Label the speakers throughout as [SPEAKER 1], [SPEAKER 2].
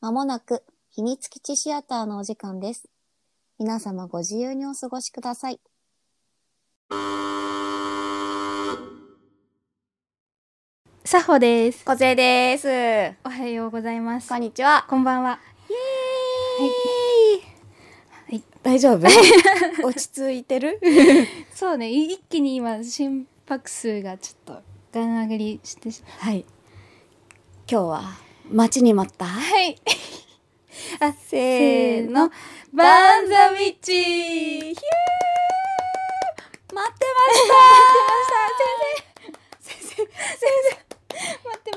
[SPEAKER 1] まもなく秘密基地シアターのお時間です。皆様ご自由にお過ごしください。
[SPEAKER 2] さほです。
[SPEAKER 3] 小勢です。
[SPEAKER 2] おはようございます。
[SPEAKER 3] こん
[SPEAKER 2] こ
[SPEAKER 3] にちは。
[SPEAKER 2] んばんは。
[SPEAKER 3] 大 丈夫落ち着いてる
[SPEAKER 2] そうね、い一気に今心拍数がちょっとガン上がりしてし。
[SPEAKER 3] はい。今日は待ちに待った。
[SPEAKER 2] はい。
[SPEAKER 3] あせーの。
[SPEAKER 2] バンザビッチ。
[SPEAKER 3] 待って
[SPEAKER 2] 待ってま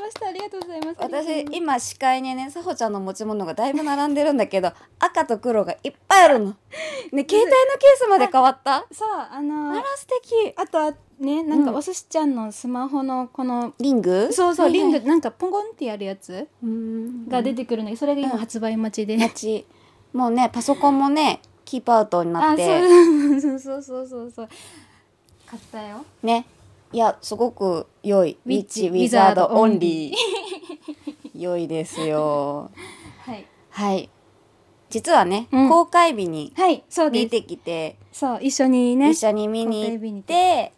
[SPEAKER 2] した。ありがとうございま
[SPEAKER 3] まし
[SPEAKER 2] す。ありがとう
[SPEAKER 3] た。私
[SPEAKER 2] ございます
[SPEAKER 3] 今視界にね、さほちゃんの持ち物がだいぶ並んでるんだけど、赤と黒がいっぱいあるの。ね、携帯のケースまで変わった。
[SPEAKER 2] そうあの
[SPEAKER 3] あ
[SPEAKER 2] ー
[SPEAKER 3] ら素敵。
[SPEAKER 2] あとはねなんか
[SPEAKER 3] うん
[SPEAKER 2] お寿司ちゃんのスマホのこの、
[SPEAKER 3] リング？
[SPEAKER 2] そうそう、
[SPEAKER 3] はいはい
[SPEAKER 2] リングなんかポンコンってやるやつ
[SPEAKER 3] うん
[SPEAKER 2] が出てくるのに、それが今発売待ちで、
[SPEAKER 3] 待ち。もうね、パソコンもね、キープアウトにな
[SPEAKER 2] あ
[SPEAKER 3] って。
[SPEAKER 2] そう そうそうそうそう買ったよ
[SPEAKER 3] ねいやすごく良い
[SPEAKER 2] ウ
[SPEAKER 3] ウ
[SPEAKER 2] ィ
[SPEAKER 3] ィ
[SPEAKER 2] ッ
[SPEAKER 3] ッ
[SPEAKER 2] チ
[SPEAKER 3] チ
[SPEAKER 2] ウ
[SPEAKER 3] ウ
[SPEAKER 2] ィ
[SPEAKER 3] ィ
[SPEAKER 2] ザ
[SPEAKER 3] ザ
[SPEAKER 2] ー
[SPEAKER 3] ー
[SPEAKER 2] ド
[SPEAKER 3] ド
[SPEAKER 2] オ
[SPEAKER 3] オ
[SPEAKER 2] ン
[SPEAKER 3] ン
[SPEAKER 2] リ
[SPEAKER 3] リー良いですよ
[SPEAKER 2] はい
[SPEAKER 3] はい実はね、
[SPEAKER 2] うん
[SPEAKER 3] 公開日に
[SPEAKER 2] はいそうで
[SPEAKER 3] 見
[SPEAKER 2] す
[SPEAKER 3] てきて、
[SPEAKER 2] そう一緒にね
[SPEAKER 3] 一緒に見に
[SPEAKER 2] 公開日
[SPEAKER 3] 行
[SPEAKER 2] に
[SPEAKER 3] って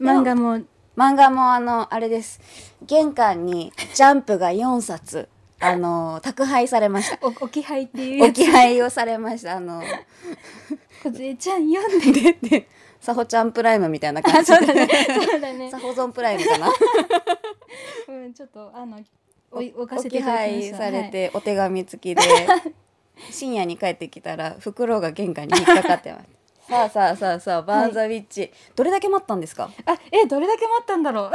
[SPEAKER 2] 漫画も
[SPEAKER 3] 漫画もあのあれです玄関にジャンプが4冊あの宅配されました
[SPEAKER 2] お置き配っていう
[SPEAKER 3] 置き
[SPEAKER 2] やつ
[SPEAKER 3] 配をされましたあ の
[SPEAKER 2] こずえちゃん読んで
[SPEAKER 3] サホちゃんプライムみたいな感じで、
[SPEAKER 2] そうだね
[SPEAKER 3] サホゾンプライムかな
[SPEAKER 2] うんちょっとあのおい置か
[SPEAKER 3] 置
[SPEAKER 2] せて
[SPEAKER 3] き
[SPEAKER 2] いただきま
[SPEAKER 3] 配
[SPEAKER 2] した
[SPEAKER 3] され
[SPEAKER 2] はい
[SPEAKER 3] てお手紙付きで深夜に帰ってきたら袋が玄関に引っかかってますさあさあさあさあバーンザウィッチ、どれだけ待ったんですか
[SPEAKER 2] あえどれだけ待ったん だろう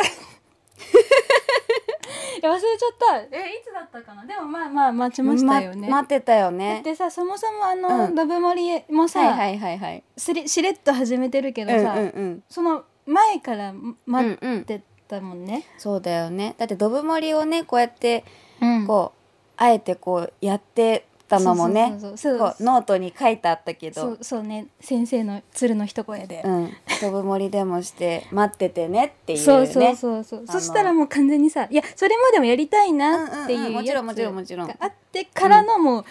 [SPEAKER 2] いや忘れちゃったえいつだったかなでもまあまあ待ちましたよね、
[SPEAKER 3] ま待ってたよ
[SPEAKER 2] だっ
[SPEAKER 3] ね
[SPEAKER 2] てさそもそもあの、
[SPEAKER 3] うん
[SPEAKER 2] ラブマリもさ、
[SPEAKER 3] はいはいはいはい
[SPEAKER 2] すりしれっと始めてるけ
[SPEAKER 3] う
[SPEAKER 2] ど
[SPEAKER 3] ん
[SPEAKER 2] さ、
[SPEAKER 3] うんうん
[SPEAKER 2] その前から
[SPEAKER 3] う
[SPEAKER 2] 待
[SPEAKER 3] んうん
[SPEAKER 2] ってたもんね、
[SPEAKER 3] そうだよねだってドブ盛りをねこうやって
[SPEAKER 2] うん
[SPEAKER 3] こう、あえてこうやってたのもね
[SPEAKER 2] そうそうそうそう
[SPEAKER 3] こうノートに書いてあったけ
[SPEAKER 2] そ
[SPEAKER 3] ど
[SPEAKER 2] うそうね先生の鶴の一声で、
[SPEAKER 3] うんドブ盛りでもして待っててねっていうね
[SPEAKER 2] そうそうそうそう、
[SPEAKER 3] あ
[SPEAKER 2] そ
[SPEAKER 3] の
[SPEAKER 2] したらもう完全にさいやそれまでもやりたいなっていう
[SPEAKER 3] うんうんうんもちろんもちろんもちろん
[SPEAKER 2] やつがあってからのもう、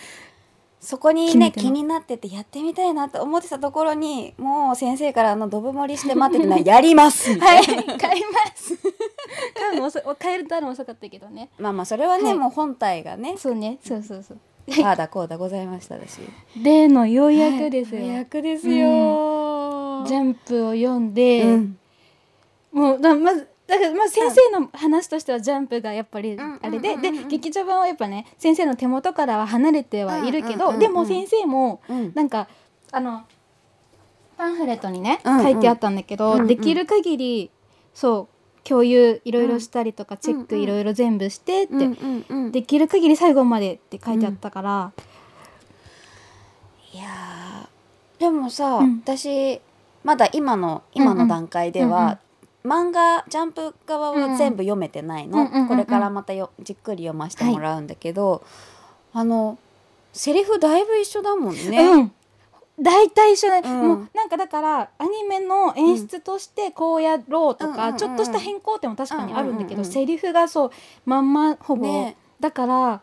[SPEAKER 3] そこに
[SPEAKER 2] 決め
[SPEAKER 3] ね
[SPEAKER 2] て
[SPEAKER 3] 気になっててやってみたいなと思ってたところにもう先生からあのドブ盛りして待って てなやりますみたい
[SPEAKER 2] はい 買います買うの遅い買えたの遅かったけどね
[SPEAKER 3] なまあまあそれはね、
[SPEAKER 2] はい
[SPEAKER 3] もう本体がね
[SPEAKER 2] そうねそうそうそう
[SPEAKER 3] ああだこうだございましただし
[SPEAKER 2] 例のようやくですよ、
[SPEAKER 3] はいようやくですよ、
[SPEAKER 2] ジャンプを読んで、
[SPEAKER 3] うん
[SPEAKER 2] もうだまずだからまあ先生の話としてはジャンプがやっぱり
[SPEAKER 3] ん
[SPEAKER 2] あれで、
[SPEAKER 3] うんうん
[SPEAKER 2] で
[SPEAKER 3] うんうん
[SPEAKER 2] 劇場版はやっぱね先生の手元からは離れてはいる
[SPEAKER 3] うんう
[SPEAKER 2] けど、
[SPEAKER 3] んうんうん
[SPEAKER 2] でも先生も
[SPEAKER 3] うん
[SPEAKER 2] なんかあのパンフレットにね、
[SPEAKER 3] うんうん
[SPEAKER 2] 書いてあったんだけど、
[SPEAKER 3] うんうん
[SPEAKER 2] できる限りそう共有いろいろしたりとか、チェックいろいろ全部してって、
[SPEAKER 3] うんうんうん
[SPEAKER 2] できる限り最後までって書いてあったから、
[SPEAKER 3] いやーでもさ、
[SPEAKER 2] うん
[SPEAKER 3] 私まだ今の今
[SPEAKER 2] うんう
[SPEAKER 3] の
[SPEAKER 2] ん
[SPEAKER 3] 段階では、漫画ジャンプ側は全部読めてないの、
[SPEAKER 2] うんうんうんうん
[SPEAKER 3] これからまたよじっくり読ませてもらうんだけど、あのセリフだいぶ一緒だもんね。
[SPEAKER 2] うん大体一緒
[SPEAKER 3] う
[SPEAKER 2] だ、
[SPEAKER 3] ん
[SPEAKER 2] もうなんかだからアニメの演出としてこうやろうと
[SPEAKER 3] うんうんうん
[SPEAKER 2] か、
[SPEAKER 3] うん
[SPEAKER 2] ちょっとした変更点も確かにあるんだ
[SPEAKER 3] う
[SPEAKER 2] けど、
[SPEAKER 3] んうんうん
[SPEAKER 2] セリフがそうまんまほぼ、
[SPEAKER 3] ね
[SPEAKER 2] だからあ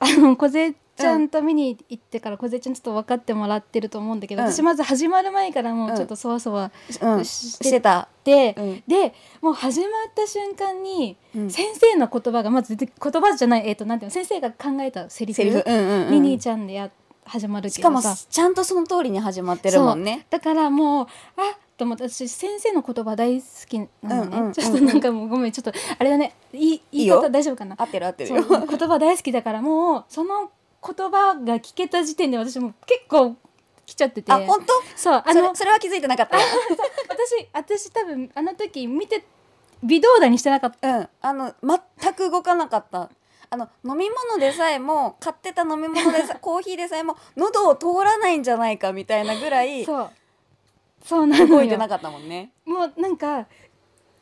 [SPEAKER 2] の小瀬ちゃんと見に行ってから小瀬ちゃんちょっと分かってもらってると思うんだけど、
[SPEAKER 3] うん
[SPEAKER 2] 私まず始まる前からもうちょっとそわそわ
[SPEAKER 3] うん、
[SPEAKER 2] し
[SPEAKER 3] しててた。
[SPEAKER 2] で、
[SPEAKER 3] うん
[SPEAKER 2] でもう始まった瞬間に
[SPEAKER 3] うん
[SPEAKER 2] 先生の言葉がまず出て言葉じゃないえっ、となんていうの先生が考えたセリフ
[SPEAKER 3] セリフ、うんうん
[SPEAKER 2] に
[SPEAKER 3] うん
[SPEAKER 2] 兄ちゃんでや始まるけ
[SPEAKER 3] しか
[SPEAKER 2] ど
[SPEAKER 3] も
[SPEAKER 2] さ
[SPEAKER 3] ちゃんとその通りに始まってるもんね。
[SPEAKER 2] だからもうあと思って私先生の言葉大好きなのね、
[SPEAKER 3] うんうん
[SPEAKER 2] ちょっとなんかもうごめんちょっとあれだねいい言い
[SPEAKER 3] いいよ
[SPEAKER 2] 方大丈夫かな
[SPEAKER 3] 合ってる合ってる
[SPEAKER 2] そう
[SPEAKER 3] よ。
[SPEAKER 2] 言葉大好きだからもうその言葉が聞けた時点で私もう結構来ちゃってて
[SPEAKER 3] あ本当？
[SPEAKER 2] そうあ
[SPEAKER 3] あ
[SPEAKER 2] の
[SPEAKER 3] のそれは気づいてなかったよ。
[SPEAKER 2] 私私多分あの時見て微動だにしてなかった
[SPEAKER 3] うん、あの全く動かなかった。あの飲み物でさえも買ってた飲み物でさコーヒーでさえも喉を通らないんじゃないかみたいなぐらい
[SPEAKER 2] そうそうなの
[SPEAKER 3] 動いて
[SPEAKER 2] よ
[SPEAKER 3] なかったもんね。
[SPEAKER 2] もうなんか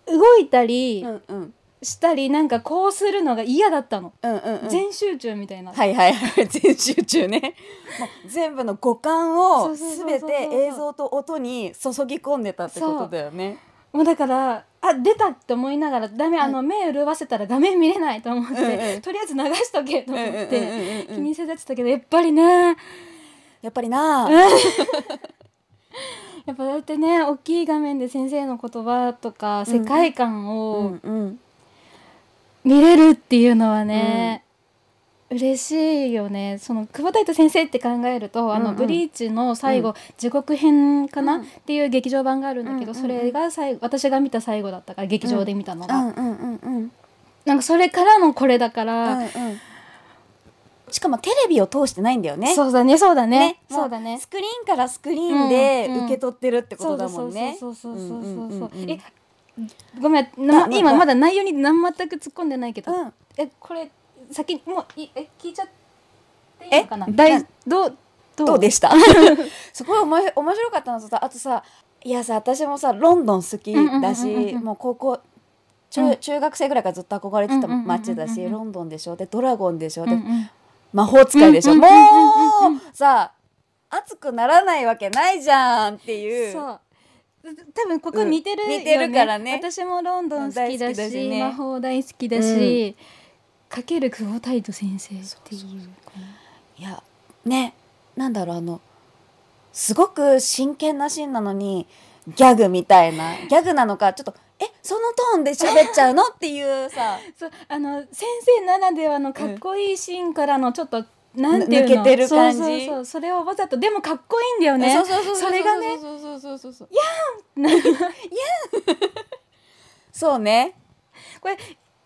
[SPEAKER 2] 動いたり
[SPEAKER 3] うんうん
[SPEAKER 2] したり、なんかこうするのが嫌だったの、
[SPEAKER 3] うんうんうん。
[SPEAKER 2] 全集中みたいな、
[SPEAKER 3] はいはいはい 全集中ね。もう全部の五感
[SPEAKER 2] そ
[SPEAKER 3] を
[SPEAKER 2] うそうそう
[SPEAKER 3] す
[SPEAKER 2] そうそう
[SPEAKER 3] べて映像と音に注ぎ込んでたってことだよね。
[SPEAKER 2] もうだからああ出たって思いながらダメあの目潤わせたら画面見れないと思って、
[SPEAKER 3] うんうん
[SPEAKER 2] とりあえず流しとけと思っ
[SPEAKER 3] うんうんうん
[SPEAKER 2] て、
[SPEAKER 3] うん
[SPEAKER 2] 気にせずやってたけどやっぱりね
[SPEAKER 3] やっぱりな
[SPEAKER 2] やっぱだってね大きい画面で先生の言葉とか
[SPEAKER 3] うん
[SPEAKER 2] 世界観
[SPEAKER 3] う
[SPEAKER 2] を
[SPEAKER 3] んうん
[SPEAKER 2] 見れるっていうのはね、嬉しいよねその久保田糸先生って考えると、あ
[SPEAKER 3] うんう
[SPEAKER 2] の
[SPEAKER 3] ん
[SPEAKER 2] ブリーチの最後、地獄編かな、
[SPEAKER 3] うん
[SPEAKER 2] っていう劇場版があるんだけ
[SPEAKER 3] う
[SPEAKER 2] ど、
[SPEAKER 3] んうん
[SPEAKER 2] それが最後私が見た最後だったから劇場で見たの
[SPEAKER 3] う
[SPEAKER 2] が、
[SPEAKER 3] んうんうんうん
[SPEAKER 2] なんかそれからのこれだから、
[SPEAKER 3] うんうんしかもテレビを通してないんだよね
[SPEAKER 2] そうだねそうだね
[SPEAKER 3] ねも
[SPEAKER 2] そうだね
[SPEAKER 3] スクリーンからスクリーンで
[SPEAKER 2] うんうん
[SPEAKER 3] 受け取ってるってことだもんね
[SPEAKER 2] そうそうそうそうそうそうそう
[SPEAKER 3] うんうんうんうん
[SPEAKER 2] えごめん
[SPEAKER 3] あ
[SPEAKER 2] な今
[SPEAKER 3] うん
[SPEAKER 2] まだ内容に何全く突っ込んでないけど、
[SPEAKER 3] うん
[SPEAKER 2] えこれ先にもういえ聞いちゃっていいのかな
[SPEAKER 3] え
[SPEAKER 2] だ
[SPEAKER 3] う
[SPEAKER 2] いどうどう
[SPEAKER 3] どうでした すごいおもし面白かったのとさあとさいやさ私もさロンドン好きだ
[SPEAKER 2] うんうんうんうん
[SPEAKER 3] し
[SPEAKER 2] うん
[SPEAKER 3] もう高校
[SPEAKER 2] う
[SPEAKER 3] 中
[SPEAKER 2] ん
[SPEAKER 3] 中学生ぐらいからずっと憧れてた街だ
[SPEAKER 2] うんうんうん
[SPEAKER 3] し
[SPEAKER 2] うんうん
[SPEAKER 3] ロンドンでしょでドラゴンでしょ
[SPEAKER 2] うんう
[SPEAKER 3] で
[SPEAKER 2] ん
[SPEAKER 3] 魔法使いでしょ
[SPEAKER 2] うんうん
[SPEAKER 3] も
[SPEAKER 2] うんうんうん
[SPEAKER 3] うさ熱くならないわけないじゃんっていう
[SPEAKER 2] そう多分ここ似てるよ、ね
[SPEAKER 3] うん似てるからね
[SPEAKER 2] 私もロンドン好きだ
[SPEAKER 3] 大好
[SPEAKER 2] し
[SPEAKER 3] きだしね
[SPEAKER 2] 魔法大好きだし、かける久保態度先生っていう
[SPEAKER 3] いやねなんだろうあのすごく真剣なシーンなのにギャグみたいなギャグなのかちょっとえそのトーンで喋っちゃうのっていうさ
[SPEAKER 2] そうあの先生ならではのかっこいいシーンからのちょっと、なんていうの
[SPEAKER 3] 抜けてる感じ
[SPEAKER 2] そうそうそうそれをわざとでもかっこいいんだよね
[SPEAKER 3] そうそうそうう
[SPEAKER 2] それがね
[SPEAKER 3] そうそうそうそうそう
[SPEAKER 2] な
[SPEAKER 3] そうね
[SPEAKER 2] これ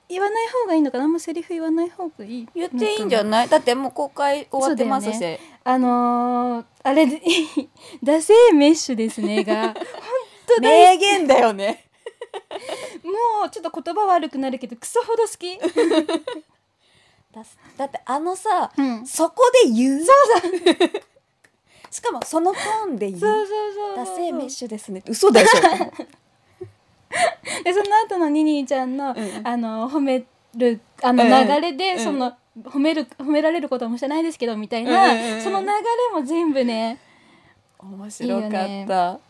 [SPEAKER 2] 言わない方がいいのかなあんまセリフ言わない方がいい
[SPEAKER 3] 言っていいんじゃ
[SPEAKER 2] ん
[SPEAKER 3] ないだってもう公開終わってますし、
[SPEAKER 2] そうだあのー、あれでダセーメッシュです ねが
[SPEAKER 3] 名言だよね
[SPEAKER 2] もうちょっと言葉悪くなるけどクソほど好き、う
[SPEAKER 3] だすだってあのさ
[SPEAKER 2] ん、そ
[SPEAKER 3] そ
[SPEAKER 2] う
[SPEAKER 3] こで言う しかもそのトーンで言う
[SPEAKER 2] そうそうそう
[SPEAKER 3] ダセーメッシュですね嘘でし ょ
[SPEAKER 2] でその後のニニーちゃんの、
[SPEAKER 3] ん
[SPEAKER 2] あの褒めるあの
[SPEAKER 3] うん
[SPEAKER 2] 流
[SPEAKER 3] うん
[SPEAKER 2] れで、
[SPEAKER 3] うん
[SPEAKER 2] その褒める褒められることもしてないですけどみたい
[SPEAKER 3] うんうん
[SPEAKER 2] な、
[SPEAKER 3] うん
[SPEAKER 2] その流れも全部ね
[SPEAKER 3] 面白かった
[SPEAKER 2] いいよね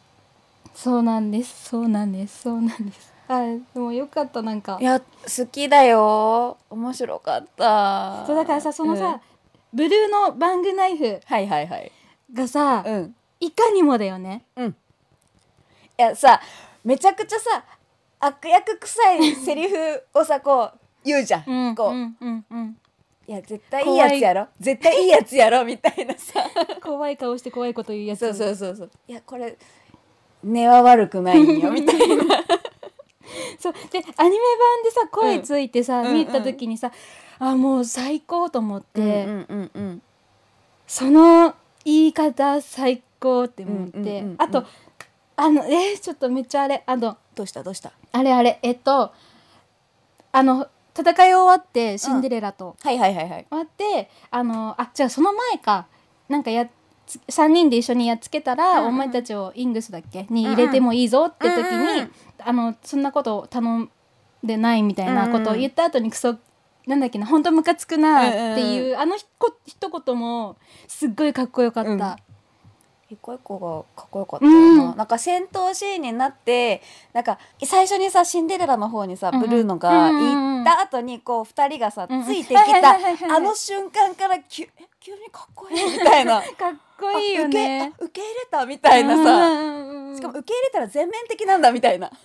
[SPEAKER 2] そうなんですそうなんですそうなんですあでもよかったなんか
[SPEAKER 3] いや好きだよ面白かった
[SPEAKER 2] そうだからさそのさ、
[SPEAKER 3] うん
[SPEAKER 2] ブルーのバングナイフ
[SPEAKER 3] はいはいはい
[SPEAKER 2] がさ、
[SPEAKER 3] うん
[SPEAKER 2] いかにもだよね
[SPEAKER 3] うんいやさめちゃくちゃさ悪役臭いセリフをさこう言うじゃん、
[SPEAKER 2] うん
[SPEAKER 3] こう、
[SPEAKER 2] うんうんうん
[SPEAKER 3] いや絶対いいやつやろ絶対いいやつやろみたいな さ
[SPEAKER 2] 怖い顔して怖いこと言うやつ
[SPEAKER 3] そうそうそうそういやこれ根は悪くないん よみたいな
[SPEAKER 2] そうでアニメ版でさ声ついてさ、
[SPEAKER 3] うん
[SPEAKER 2] 見た時にさ、あもう最高と思って、
[SPEAKER 3] んうんうん
[SPEAKER 2] その言い方最高って思って、
[SPEAKER 3] うんうんうんうん
[SPEAKER 2] あとあのえーちょっとめっちゃあれあの
[SPEAKER 3] どうしたどうした
[SPEAKER 2] あれあれえっとあの戦い終わってシンデレラと、
[SPEAKER 3] はいはいはいはい
[SPEAKER 2] 終わってあのあじゃあその前かなんかやっつ3人で一緒にやっつけたら、
[SPEAKER 3] うんうん
[SPEAKER 2] お前たちをイングスだっけに入れてもいいぞって時に、
[SPEAKER 3] うんうんうん
[SPEAKER 2] あのそんなことを頼んでないみたいなことを
[SPEAKER 3] うん
[SPEAKER 2] 言った後にクソなんだっけな本当ムカつくなっていう、
[SPEAKER 3] うん
[SPEAKER 2] あのひこ一言もすっごいかっこよかった。
[SPEAKER 3] うん一個一個がかっこよかったよな,、
[SPEAKER 2] うん
[SPEAKER 3] なんか戦闘シーンになってなんか最初にさシンデレラの方にさ、
[SPEAKER 2] うんうん
[SPEAKER 3] ブルーノが
[SPEAKER 2] うんうんう
[SPEAKER 3] 行
[SPEAKER 2] ん
[SPEAKER 3] った後にこう二人がさ、
[SPEAKER 2] うんうん
[SPEAKER 3] ついてき
[SPEAKER 2] はいはいはいはい
[SPEAKER 3] たあの瞬間から急え急にかっこいいみたいな
[SPEAKER 2] かっこいいよね
[SPEAKER 3] あ。受けあ受け入れたみたいなさ、
[SPEAKER 2] うんうんうんうん
[SPEAKER 3] しかも受け入れたら全面的なんだみたいな、か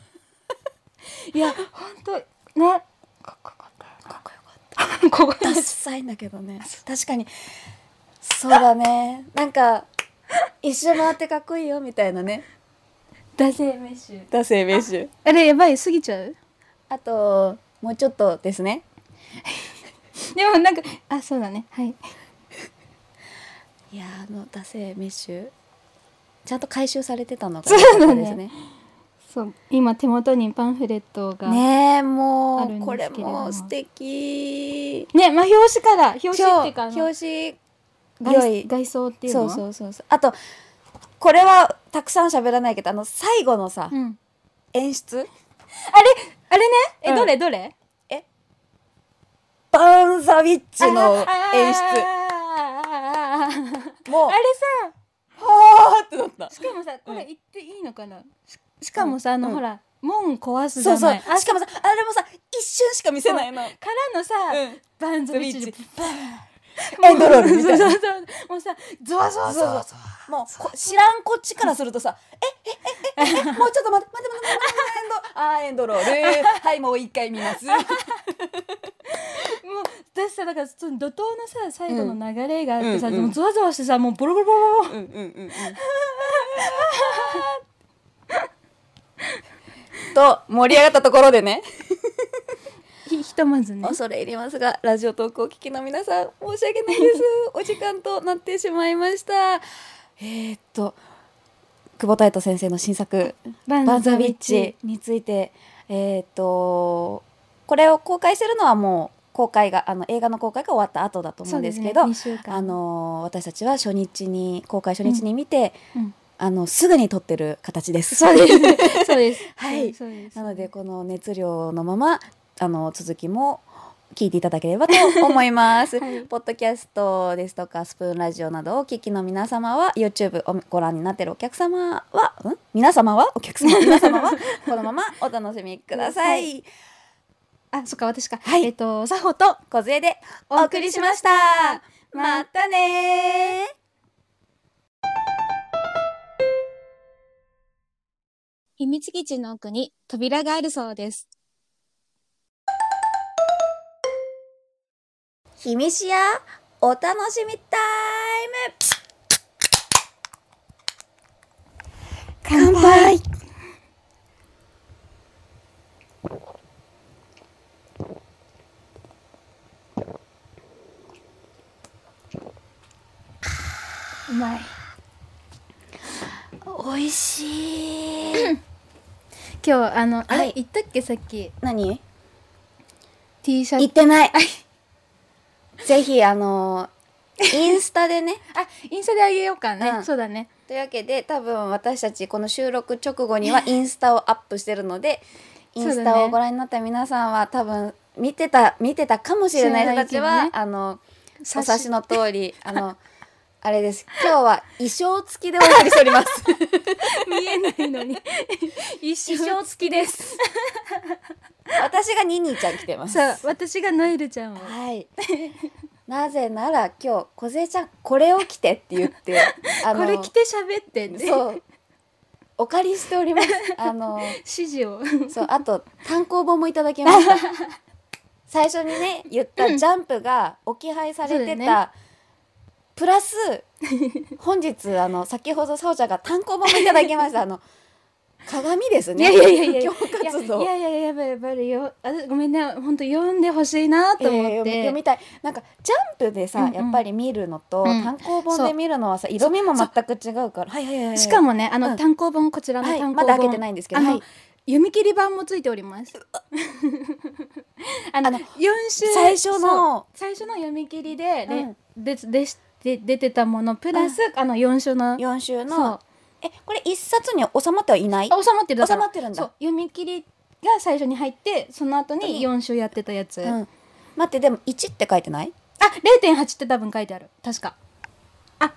[SPEAKER 2] いや本当ね
[SPEAKER 3] っこよかった かっこよかった
[SPEAKER 2] ここ
[SPEAKER 3] ダッサいんだけど ね確かにそうだねなんか一周回ってかっこいいよみたいなね
[SPEAKER 2] ダセーメッシュ
[SPEAKER 3] ダセーベッシュ
[SPEAKER 2] あれやばい過ぎちゃう
[SPEAKER 3] あともうちょっとですね
[SPEAKER 2] でもなんかあそうだねはい
[SPEAKER 3] いやーあのダセーメッシュちゃんと回収されてたのが良かったですね。
[SPEAKER 2] そう今手元にパンフレットがね
[SPEAKER 3] ねえも
[SPEAKER 2] あるん
[SPEAKER 3] う
[SPEAKER 2] です
[SPEAKER 3] こ
[SPEAKER 2] けれ
[SPEAKER 3] れ
[SPEAKER 2] ども
[SPEAKER 3] も素敵。
[SPEAKER 2] まあ表紙から表紙っていうか
[SPEAKER 3] そ
[SPEAKER 2] あ
[SPEAKER 3] う
[SPEAKER 2] の
[SPEAKER 3] 表紙良
[SPEAKER 2] 外
[SPEAKER 3] い。
[SPEAKER 2] 外装っていう
[SPEAKER 3] そ
[SPEAKER 2] の
[SPEAKER 3] うそうそうそう。あとこれはたくさん喋らないけどあの最後のさ、
[SPEAKER 2] うん、
[SPEAKER 3] 演出
[SPEAKER 2] あれあれねえ、
[SPEAKER 3] うん
[SPEAKER 2] どれどれ
[SPEAKER 3] バーンザウィッチの演出
[SPEAKER 2] あーあーあーあー
[SPEAKER 3] もう
[SPEAKER 2] あれさ
[SPEAKER 3] はーってなった。
[SPEAKER 2] しかもさこれ言っていいのかなししかもさあの、
[SPEAKER 3] うん
[SPEAKER 2] ほら門壊すじ
[SPEAKER 3] そう
[SPEAKER 2] ゃ
[SPEAKER 3] そう
[SPEAKER 2] ない
[SPEAKER 3] しかもさあれもさ一瞬しか見せないの、
[SPEAKER 2] あからのさ、
[SPEAKER 3] うん
[SPEAKER 2] バンズビー
[SPEAKER 3] ビ
[SPEAKER 2] チで
[SPEAKER 3] ーチエンドロールみたいな
[SPEAKER 2] そうそうそうもうさゾワゾワゾワ
[SPEAKER 3] そうもうこ知らんこっちからするとさ「ええええええもうちょっと待って待って待って待って待ってエンドあーエンドロールはいもう一回見ます」
[SPEAKER 2] もう私さだからその怒涛のさ最後の流れがあってさ、
[SPEAKER 3] うん
[SPEAKER 2] でもゾワゾワしてさもうボロボロボロボ
[SPEAKER 3] う
[SPEAKER 2] ロ
[SPEAKER 3] んうんうんうんと盛り上がったところでね
[SPEAKER 2] ひひとまずね
[SPEAKER 3] 恐れ入りますがラジオトークをお聞きの皆さん申し訳ない ですお時間となってしまいましたえーっと久保太斗先生の新作
[SPEAKER 2] バ
[SPEAKER 3] バンザビッチについて、えーっと、これを公開してるのはもう公開が、あの映画の公開が終わった後だと思
[SPEAKER 2] そ
[SPEAKER 3] うん
[SPEAKER 2] う
[SPEAKER 3] で
[SPEAKER 2] ですす
[SPEAKER 3] け
[SPEAKER 2] け
[SPEAKER 3] ど、
[SPEAKER 2] ど、ね、二週間
[SPEAKER 3] あのー、私たちは初日に、公開初日に見て、
[SPEAKER 2] うん
[SPEAKER 3] あの、すぐに撮ってる形です。
[SPEAKER 2] そうですそうです
[SPEAKER 3] はい
[SPEAKER 2] そうです
[SPEAKER 3] なので、この熱量のまま、あの、続きも、聞いていただければと思い ます、
[SPEAKER 2] はい
[SPEAKER 3] ポッドキャストですとかスプーンラジオなどをお聞きの皆様は YouTube をご覧になっているお客様はん皆様はお客 様皆様はこのままお楽しみください。
[SPEAKER 2] あそっか私か、
[SPEAKER 3] はい
[SPEAKER 2] えっ、とサホと
[SPEAKER 3] 小杖でお送りしました。またねー。
[SPEAKER 1] 秘密基地の奥に扉があるそうです。
[SPEAKER 3] ひみしやお楽しみタイム乾杯
[SPEAKER 2] うまい
[SPEAKER 3] おいしい
[SPEAKER 2] 今日あの、あ
[SPEAKER 3] は
[SPEAKER 2] れ
[SPEAKER 3] い
[SPEAKER 2] 言ったっけさっき
[SPEAKER 3] 何
[SPEAKER 2] T シャ
[SPEAKER 3] 言っ
[SPEAKER 2] ツ
[SPEAKER 3] てない ぜひあのインスタで ね
[SPEAKER 2] あインスタであげようかね、
[SPEAKER 3] うん
[SPEAKER 2] そうだね
[SPEAKER 3] というわけで多分私たちこの収録直後にはインスタをアップしてるのでインス
[SPEAKER 2] そうだ
[SPEAKER 3] タを
[SPEAKER 2] ね
[SPEAKER 3] ご覧になった皆さんは多分見てた見てたかもしれない人たち
[SPEAKER 2] 知ら
[SPEAKER 3] は、
[SPEAKER 2] ないけどね
[SPEAKER 3] あのお
[SPEAKER 2] 差し
[SPEAKER 3] 察しの通り あのあれです今日は衣装付きでお送りしております
[SPEAKER 2] 見えないのに一 緒
[SPEAKER 3] 衣装付きです 私がニニーちゃん来てます
[SPEAKER 2] さあ私がノエルちゃんを
[SPEAKER 3] はいなぜなら今日梢ちゃんこれを着てって言っ てあ
[SPEAKER 2] これ着て喋ってって
[SPEAKER 3] そうお借りしておりますあの
[SPEAKER 2] 指示を
[SPEAKER 3] そうあと単行本もいただきました 最初にね言ったジャンプが置き配され
[SPEAKER 2] そうだ
[SPEAKER 3] て
[SPEAKER 2] よね
[SPEAKER 3] た、プラス本日あの先ほどさおちゃんが単行本もいただきましたあの鏡ですね布教活動
[SPEAKER 2] いやいやいややばいやばいよあごめんね本当読んでほしいなと
[SPEAKER 3] えー
[SPEAKER 2] 思っ
[SPEAKER 3] 読み
[SPEAKER 2] て、
[SPEAKER 3] 読みたいなんかジャンプでさ、
[SPEAKER 2] うんうん
[SPEAKER 3] やっぱり見るのと、
[SPEAKER 2] うん
[SPEAKER 3] 単行本で見るのはさ色味も全く違うからはいはいはいはい
[SPEAKER 2] しかもねあの、
[SPEAKER 3] うん
[SPEAKER 2] 単行本こちらの
[SPEAKER 3] はい
[SPEAKER 2] 単行本、
[SPEAKER 3] まだ開けてないんですけど
[SPEAKER 2] あの、
[SPEAKER 3] はい
[SPEAKER 2] 読み切り版もついておりますあの
[SPEAKER 3] あの
[SPEAKER 2] 四週
[SPEAKER 3] 最初
[SPEAKER 2] そう
[SPEAKER 3] の
[SPEAKER 2] 最初の読み切りで、
[SPEAKER 3] う
[SPEAKER 2] ね
[SPEAKER 3] ん
[SPEAKER 2] ででしで出てたものプラス、あの四週の
[SPEAKER 3] 4週
[SPEAKER 2] そう
[SPEAKER 3] のえこれ一冊に収まってはいない
[SPEAKER 2] あ収まってるだから
[SPEAKER 3] 収まってるんだ
[SPEAKER 2] そう読み切りが最初に入ってその後
[SPEAKER 3] うん
[SPEAKER 2] に四週やってたやつ、
[SPEAKER 3] うん、待ってでも1って書いてない
[SPEAKER 2] あ、零点八って多分書いてある。確か。あ、あ、あ、あ、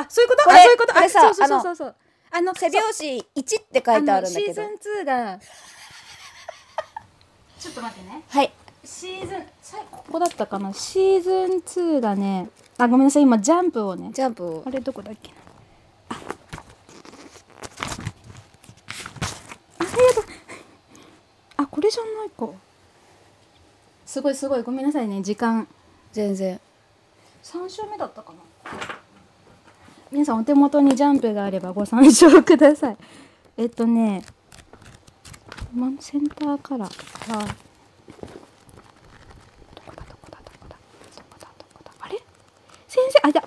[SPEAKER 2] あ、そういうこと。
[SPEAKER 3] こ
[SPEAKER 2] あ、
[SPEAKER 3] れ
[SPEAKER 2] そういうこと。
[SPEAKER 3] これ
[SPEAKER 2] あ、
[SPEAKER 3] さ
[SPEAKER 2] そうそうそうそうそう。あの、
[SPEAKER 3] 背
[SPEAKER 2] そう
[SPEAKER 3] 表紙1って書いてあるんだけど
[SPEAKER 2] のシーズン2が。ちょっと待ってね。
[SPEAKER 3] はい
[SPEAKER 2] シーズン、さここだったかな。シーズン2がね。あ、ごめんなさい。今ジャンプをね。
[SPEAKER 3] ジャンプを
[SPEAKER 2] あれどこだっけな。あ、ありがとう。あ、これじゃないか。すごいすごい。ごめんなさいね。時間。
[SPEAKER 3] 全然
[SPEAKER 2] 三週目だったかな皆さんお手元にジャンプがあればご参照くださいえっとねまセンターカラーはどこだどこだどこだどこだどこだあれ先生あいや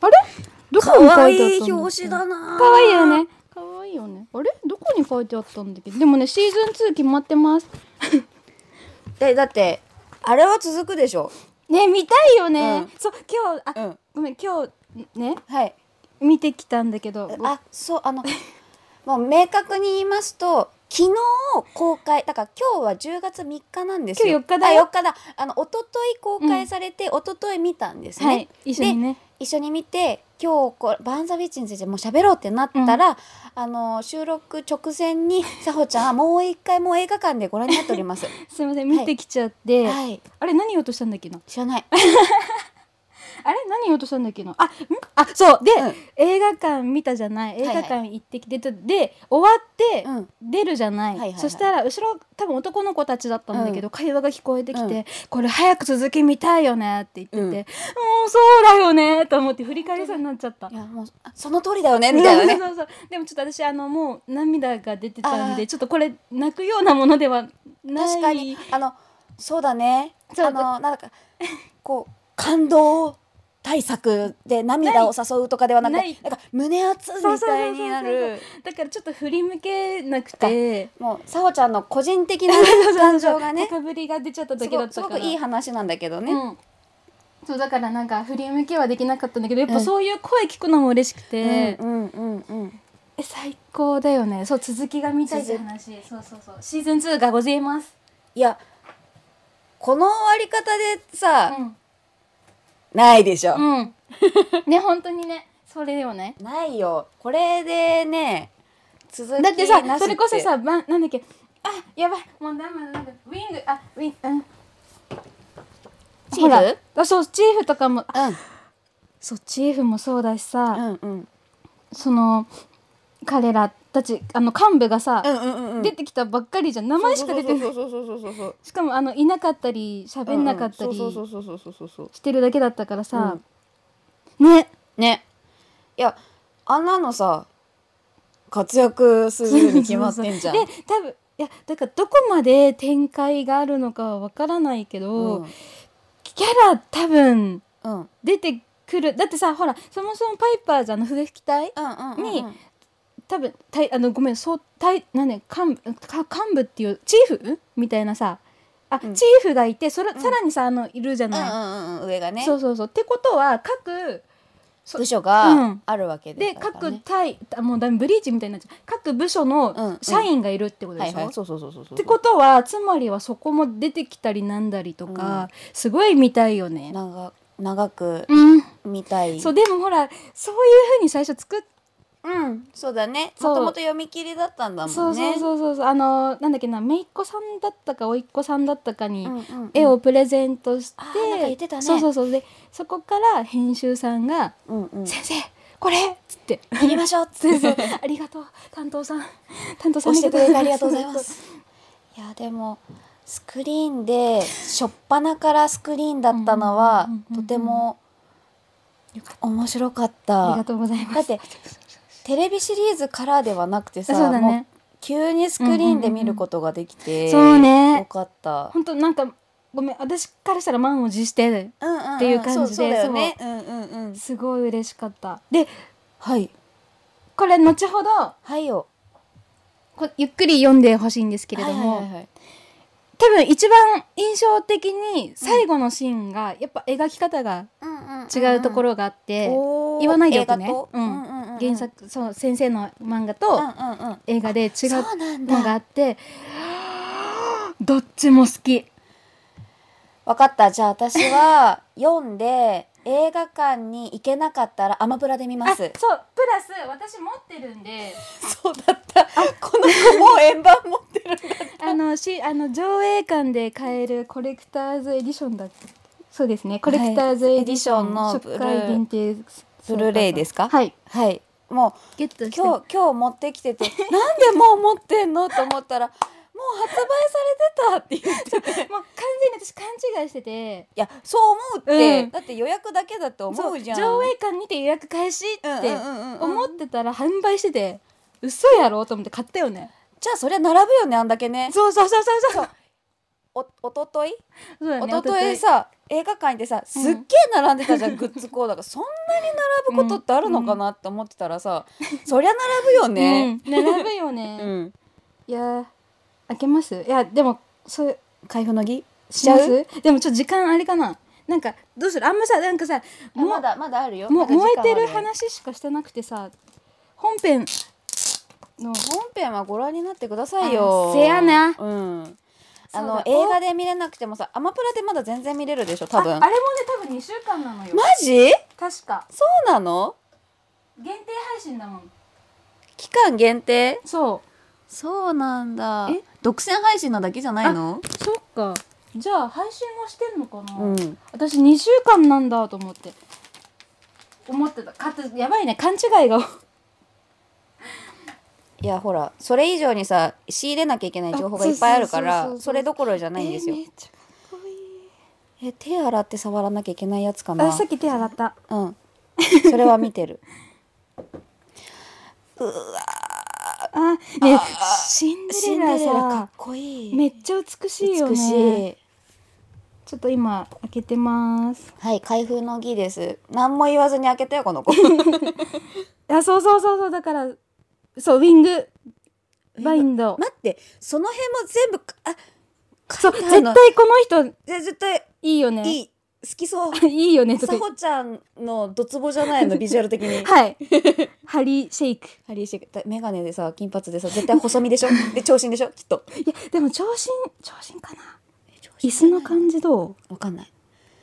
[SPEAKER 2] あれどこに書いてあったんだっけ
[SPEAKER 3] な
[SPEAKER 2] かわいいよねかわいいよねあれどこに書いてあったんだっけでもねシーズン2決まってます
[SPEAKER 3] えだってあれは続くでしょ
[SPEAKER 2] ね見たいよ
[SPEAKER 3] う
[SPEAKER 2] ね、
[SPEAKER 3] ん
[SPEAKER 2] そう今日あ、
[SPEAKER 3] うん
[SPEAKER 2] ごめん今日ね
[SPEAKER 3] はい
[SPEAKER 2] 見てきたんだけどご
[SPEAKER 3] あそうあの もう明確に言いますと昨日公開だから今日は10月3日なんですよ
[SPEAKER 2] 今日4日だよ
[SPEAKER 3] あ4日だあの一昨日公開されて、一昨日見たんですね、
[SPEAKER 2] はい一緒にね
[SPEAKER 3] 一緒に見て今日こうバーンザビーチについてもう喋ろうってなったら、あの収録直前に さほちゃんはもう一回もう映画館でご覧になっております。
[SPEAKER 2] すいません見てきちゃって、
[SPEAKER 3] はい、
[SPEAKER 2] あれ何言おうとしたんだっけな
[SPEAKER 3] 知らない。
[SPEAKER 2] あれ何言おうとしたんだっけなあんあそうで、
[SPEAKER 3] うん
[SPEAKER 2] 映画館見たじゃない映
[SPEAKER 3] いはい
[SPEAKER 2] 画館行ってきて、で終わって、
[SPEAKER 3] うん、
[SPEAKER 2] 出るじゃない,、
[SPEAKER 3] はいはいはい
[SPEAKER 2] そしたら後ろ多分男の子たちだったんだけど、会話が聞こえてきて、これ早く続き見たいよね」って言ってて、
[SPEAKER 3] うん
[SPEAKER 2] もうそうだよねと思って振り返りそうになっちゃった
[SPEAKER 3] い。やもうあその通りだよねみたいなね。
[SPEAKER 2] そうそうそうでもちょっと私あのもう涙が出てたん
[SPEAKER 3] あ
[SPEAKER 2] で
[SPEAKER 3] ー
[SPEAKER 2] ちょっとこれ泣くようなものではない
[SPEAKER 3] 確かにあのそうだね。
[SPEAKER 2] そう
[SPEAKER 3] あのなんかこう感動対策で涙を誘うとかではなく
[SPEAKER 2] な
[SPEAKER 3] て
[SPEAKER 2] い
[SPEAKER 3] なんか胸熱みたいにな
[SPEAKER 2] そうそうそう
[SPEAKER 3] る。
[SPEAKER 2] だからちょっと振り向けなくて
[SPEAKER 3] もうさほちゃんの個人的 な感情がね。
[SPEAKER 2] 高ぶりが出ちゃっただ
[SPEAKER 3] す
[SPEAKER 2] けだっ
[SPEAKER 3] ご
[SPEAKER 2] た
[SPEAKER 3] す
[SPEAKER 2] か
[SPEAKER 3] ご
[SPEAKER 2] ら
[SPEAKER 3] くいい話なんだけどね。
[SPEAKER 2] うん、そうだからなんか振り向きはできなかったんだけどやっ
[SPEAKER 3] う
[SPEAKER 2] ぱ
[SPEAKER 3] ん
[SPEAKER 2] そういう声聞くのも嬉しくて、
[SPEAKER 3] うんうんうんうん。
[SPEAKER 2] え最高だよねそう続きが見たいって話そうそうそうシーズン2がございます
[SPEAKER 3] いやこの終わり方でさ、
[SPEAKER 2] うん
[SPEAKER 3] ないでしょ、
[SPEAKER 2] うんね本当にねそれよね
[SPEAKER 3] ないよこれでね続き
[SPEAKER 2] だってさ
[SPEAKER 3] なし
[SPEAKER 2] それこそさ、ま、なんだっけあやばいもうダメだなんだウィングあウィンうん
[SPEAKER 3] チーフ
[SPEAKER 2] ほらあそうチーフとかもあ
[SPEAKER 3] う
[SPEAKER 2] そうチーフもそうだしさ、
[SPEAKER 3] ん、うんうん
[SPEAKER 2] その彼らたちあの幹部がさ、
[SPEAKER 3] うんうんうんうん
[SPEAKER 2] 出てきたばっかりじゃん名前しか出てない
[SPEAKER 3] そうそうそうそうそうそう
[SPEAKER 2] しかもあのいなかったり喋んなかったり
[SPEAKER 3] そうそうそうそうそうそうそう
[SPEAKER 2] してるだけだったからさ、ね
[SPEAKER 3] ねいやあんなのさ活躍するに決まってんじゃん
[SPEAKER 2] そうそうで多分いやだからどこまで展開があるのかはわからないけど、キャラ多分
[SPEAKER 3] うん、うん
[SPEAKER 2] 出てくるだってさほらそもそもパイパーじゃんあの笛吹き隊
[SPEAKER 3] うんうんうんうん
[SPEAKER 2] に多分たいあのごめんそうたいなんね幹部か幹部っていうチーフみたいなさあ、
[SPEAKER 3] うん
[SPEAKER 2] チーフがいてそれ、さらにさあのいるじゃ
[SPEAKER 3] うんう
[SPEAKER 2] ない、
[SPEAKER 3] んうん上がね
[SPEAKER 2] そうそうそうってことは各そう
[SPEAKER 3] 部署
[SPEAKER 2] う
[SPEAKER 3] が
[SPEAKER 2] ん
[SPEAKER 3] あるわけで
[SPEAKER 2] で
[SPEAKER 3] だから
[SPEAKER 2] 各
[SPEAKER 3] ね
[SPEAKER 2] 隊あもうだブリーチみたいになっちゃう各部署
[SPEAKER 3] うんうん
[SPEAKER 2] の社員がいるってこと
[SPEAKER 3] は
[SPEAKER 2] で
[SPEAKER 3] い
[SPEAKER 2] しょ、
[SPEAKER 3] はいそうそうそうそうそう
[SPEAKER 2] ってことはつまりはそこも出てきたりなんだりとか、すごい見たいよね。
[SPEAKER 3] 長長く
[SPEAKER 2] うん、
[SPEAKER 3] 見たい
[SPEAKER 2] そうでもほらそういうふうに最初作っ
[SPEAKER 3] うんそうだね
[SPEAKER 2] そう
[SPEAKER 3] もともと読み切りだったんだもんね
[SPEAKER 2] そうそうそうそうそうあのなんだっけな姪っ子さんだったか甥っ子さんだったかに
[SPEAKER 3] うんうんうん
[SPEAKER 2] 絵をプレゼントして、
[SPEAKER 3] あーなんか言ってたね
[SPEAKER 2] そうそうそうでそこから編集さんが
[SPEAKER 3] うんう
[SPEAKER 2] 「
[SPEAKER 3] ん
[SPEAKER 2] 先生これ!」っつって
[SPEAKER 3] やりましょうっつ
[SPEAKER 2] 先
[SPEAKER 3] って
[SPEAKER 2] 生ありがとう担当さん担当さん
[SPEAKER 3] 押してくれてありがとうございま
[SPEAKER 2] そうそう
[SPEAKER 3] すいやでもスクリーンで初っ端からスクリーンだったのは
[SPEAKER 2] うんうんうんうん
[SPEAKER 3] とても面白かっ
[SPEAKER 2] そうあり
[SPEAKER 3] た
[SPEAKER 2] がとうございます
[SPEAKER 3] だってテレビシリーズからではなくてさ
[SPEAKER 2] そうだ
[SPEAKER 3] もう
[SPEAKER 2] ね
[SPEAKER 3] 急にスクリーンで見ることができて、
[SPEAKER 2] うんうんうんそうね
[SPEAKER 3] よかった
[SPEAKER 2] 本当なんかごめん私からしたら満を持して
[SPEAKER 3] うんうんん
[SPEAKER 2] っていう感じで
[SPEAKER 3] そうそうだよねうんうんうん
[SPEAKER 2] すごい嬉しかったで
[SPEAKER 3] はい
[SPEAKER 2] これ後ほど
[SPEAKER 3] はいよ
[SPEAKER 2] こゆっくり読んでほしいんですけれども、
[SPEAKER 3] はいはいはいはい
[SPEAKER 2] 多分一番印象的に最後のシーンがやっぱ描き方が
[SPEAKER 3] うんうんうんうん
[SPEAKER 2] 違うところがあって、
[SPEAKER 3] おー
[SPEAKER 2] 言わないでおくね
[SPEAKER 3] 映画と
[SPEAKER 2] うん
[SPEAKER 3] うんうんうん
[SPEAKER 2] 原作そう先生の漫画
[SPEAKER 3] うんう
[SPEAKER 2] と
[SPEAKER 3] んうん
[SPEAKER 2] 映画で違う
[SPEAKER 3] そうなん
[SPEAKER 2] のがあ
[SPEAKER 3] だ
[SPEAKER 2] って、 どっちも好き
[SPEAKER 3] わかったじゃあ私は 読んで映画館に行けなかったらアマプラで見ま
[SPEAKER 2] そう
[SPEAKER 3] す
[SPEAKER 2] プラス私持ってるんで
[SPEAKER 3] そうだったこの子もう円盤持って るんだ
[SPEAKER 2] あのしあの上映館で買えるコレクターズエディションだっけそうですねコレクターズエディションの
[SPEAKER 3] はいエディション
[SPEAKER 2] 初
[SPEAKER 3] のブルー
[SPEAKER 2] 回限定
[SPEAKER 3] ブルーレイですか
[SPEAKER 2] はい
[SPEAKER 3] はいも
[SPEAKER 2] ゲット
[SPEAKER 3] う
[SPEAKER 2] し て
[SPEAKER 3] 今日今日持ってきててなんでもう持ってんのと思ったらもう発売されてたって言ってて い
[SPEAKER 2] もう完全に私勘違いしてて
[SPEAKER 3] やそう思うって、
[SPEAKER 2] うん
[SPEAKER 3] だって予約だけだって思うじゃん
[SPEAKER 2] そう上映館にて予約開始って
[SPEAKER 3] うんうんうんうん
[SPEAKER 2] 思ってたら販売してて嘘やろと思って買ったよね
[SPEAKER 3] じゃあそりゃ並ぶよねあんだけね
[SPEAKER 2] そうそうそうそうそう
[SPEAKER 3] おおととい
[SPEAKER 2] そうだよ
[SPEAKER 3] 一
[SPEAKER 2] ね
[SPEAKER 3] 昨日
[SPEAKER 2] 一
[SPEAKER 3] さ映画館でさすっげえ並んでたじゃん、グッズコーナーがそんなに並ぶことってあるのかなって思ってたらさ、そりゃ並ぶよ
[SPEAKER 2] 昨日
[SPEAKER 3] ね。
[SPEAKER 2] うん並ぶよ
[SPEAKER 3] うん、
[SPEAKER 2] ねいやー開けますいやでもそう
[SPEAKER 3] 開封の儀し
[SPEAKER 2] し
[SPEAKER 3] ちゃ
[SPEAKER 2] ます
[SPEAKER 3] う
[SPEAKER 2] でもちょっと時間あれかななんかどうするあんまさなんかさ
[SPEAKER 3] あ
[SPEAKER 2] もう
[SPEAKER 3] だまだあるよ
[SPEAKER 2] も
[SPEAKER 3] なんか
[SPEAKER 2] 燃
[SPEAKER 3] 時
[SPEAKER 2] え
[SPEAKER 3] 間
[SPEAKER 2] てる
[SPEAKER 3] あよ
[SPEAKER 2] 話しかしてなくてさ本編の
[SPEAKER 3] 本編はご覧になってくださいよ
[SPEAKER 2] あせやな
[SPEAKER 3] うんあ
[SPEAKER 2] そう
[SPEAKER 3] の
[SPEAKER 2] だ
[SPEAKER 3] 映画で見れなくてもさアマプラでまだ全然見れるでしょ多分
[SPEAKER 2] ああれもね多分2週間なのよ
[SPEAKER 3] マジ
[SPEAKER 2] 確か
[SPEAKER 3] そうなの
[SPEAKER 2] 限定配信だもん
[SPEAKER 3] 聞期間限定
[SPEAKER 2] そ
[SPEAKER 3] そうなんだ
[SPEAKER 2] え
[SPEAKER 3] 独占配信なだけじゃないの
[SPEAKER 2] うそっかじゃあ配信はしてんのかな、
[SPEAKER 3] うん
[SPEAKER 2] 私2週間なんだと思って思ってたかってやばいね勘違いが
[SPEAKER 3] いやほらそれ以上にさ仕入れなきゃいけない情報がいっぱいあるか
[SPEAKER 2] あそうそうそうそうそ
[SPEAKER 3] ら
[SPEAKER 2] う
[SPEAKER 3] それどころじゃないんですよ
[SPEAKER 2] えーめっちゃかっこいい
[SPEAKER 3] え手洗って触らなきゃいけないやつかな
[SPEAKER 2] あさっき手洗った
[SPEAKER 3] うんそれは見 てる
[SPEAKER 2] あねシン
[SPEAKER 3] シ
[SPEAKER 2] デレ
[SPEAKER 3] ンデレラ
[SPEAKER 2] ラ
[SPEAKER 3] かっ
[SPEAKER 2] さ
[SPEAKER 3] こいい
[SPEAKER 2] めっちゃ美しいよ
[SPEAKER 3] 美し
[SPEAKER 2] ね
[SPEAKER 3] い
[SPEAKER 2] ちょっと今開けてます
[SPEAKER 3] はい開封の儀です何も言わずに開けてよこの 子
[SPEAKER 2] あそうそうそうそうだからそうウィングバインド
[SPEAKER 3] 待ってその辺も全部かあ
[SPEAKER 2] そう
[SPEAKER 3] 書い
[SPEAKER 2] 絶
[SPEAKER 3] てあるの
[SPEAKER 2] 対この人
[SPEAKER 3] ぜ絶対
[SPEAKER 2] いいよね
[SPEAKER 3] いい好きそう
[SPEAKER 2] いいよねとか
[SPEAKER 3] さ
[SPEAKER 2] 言っ
[SPEAKER 3] ほちゃんのドツボじゃない のビジュアル的に
[SPEAKER 2] てはいハリーシェイク
[SPEAKER 3] ハリーシェイクだ眼鏡でさ金髪でさ絶対細身で しょで長身でしょきっと
[SPEAKER 2] いやでも長身長身かな椅子の感じどう、
[SPEAKER 3] わかんない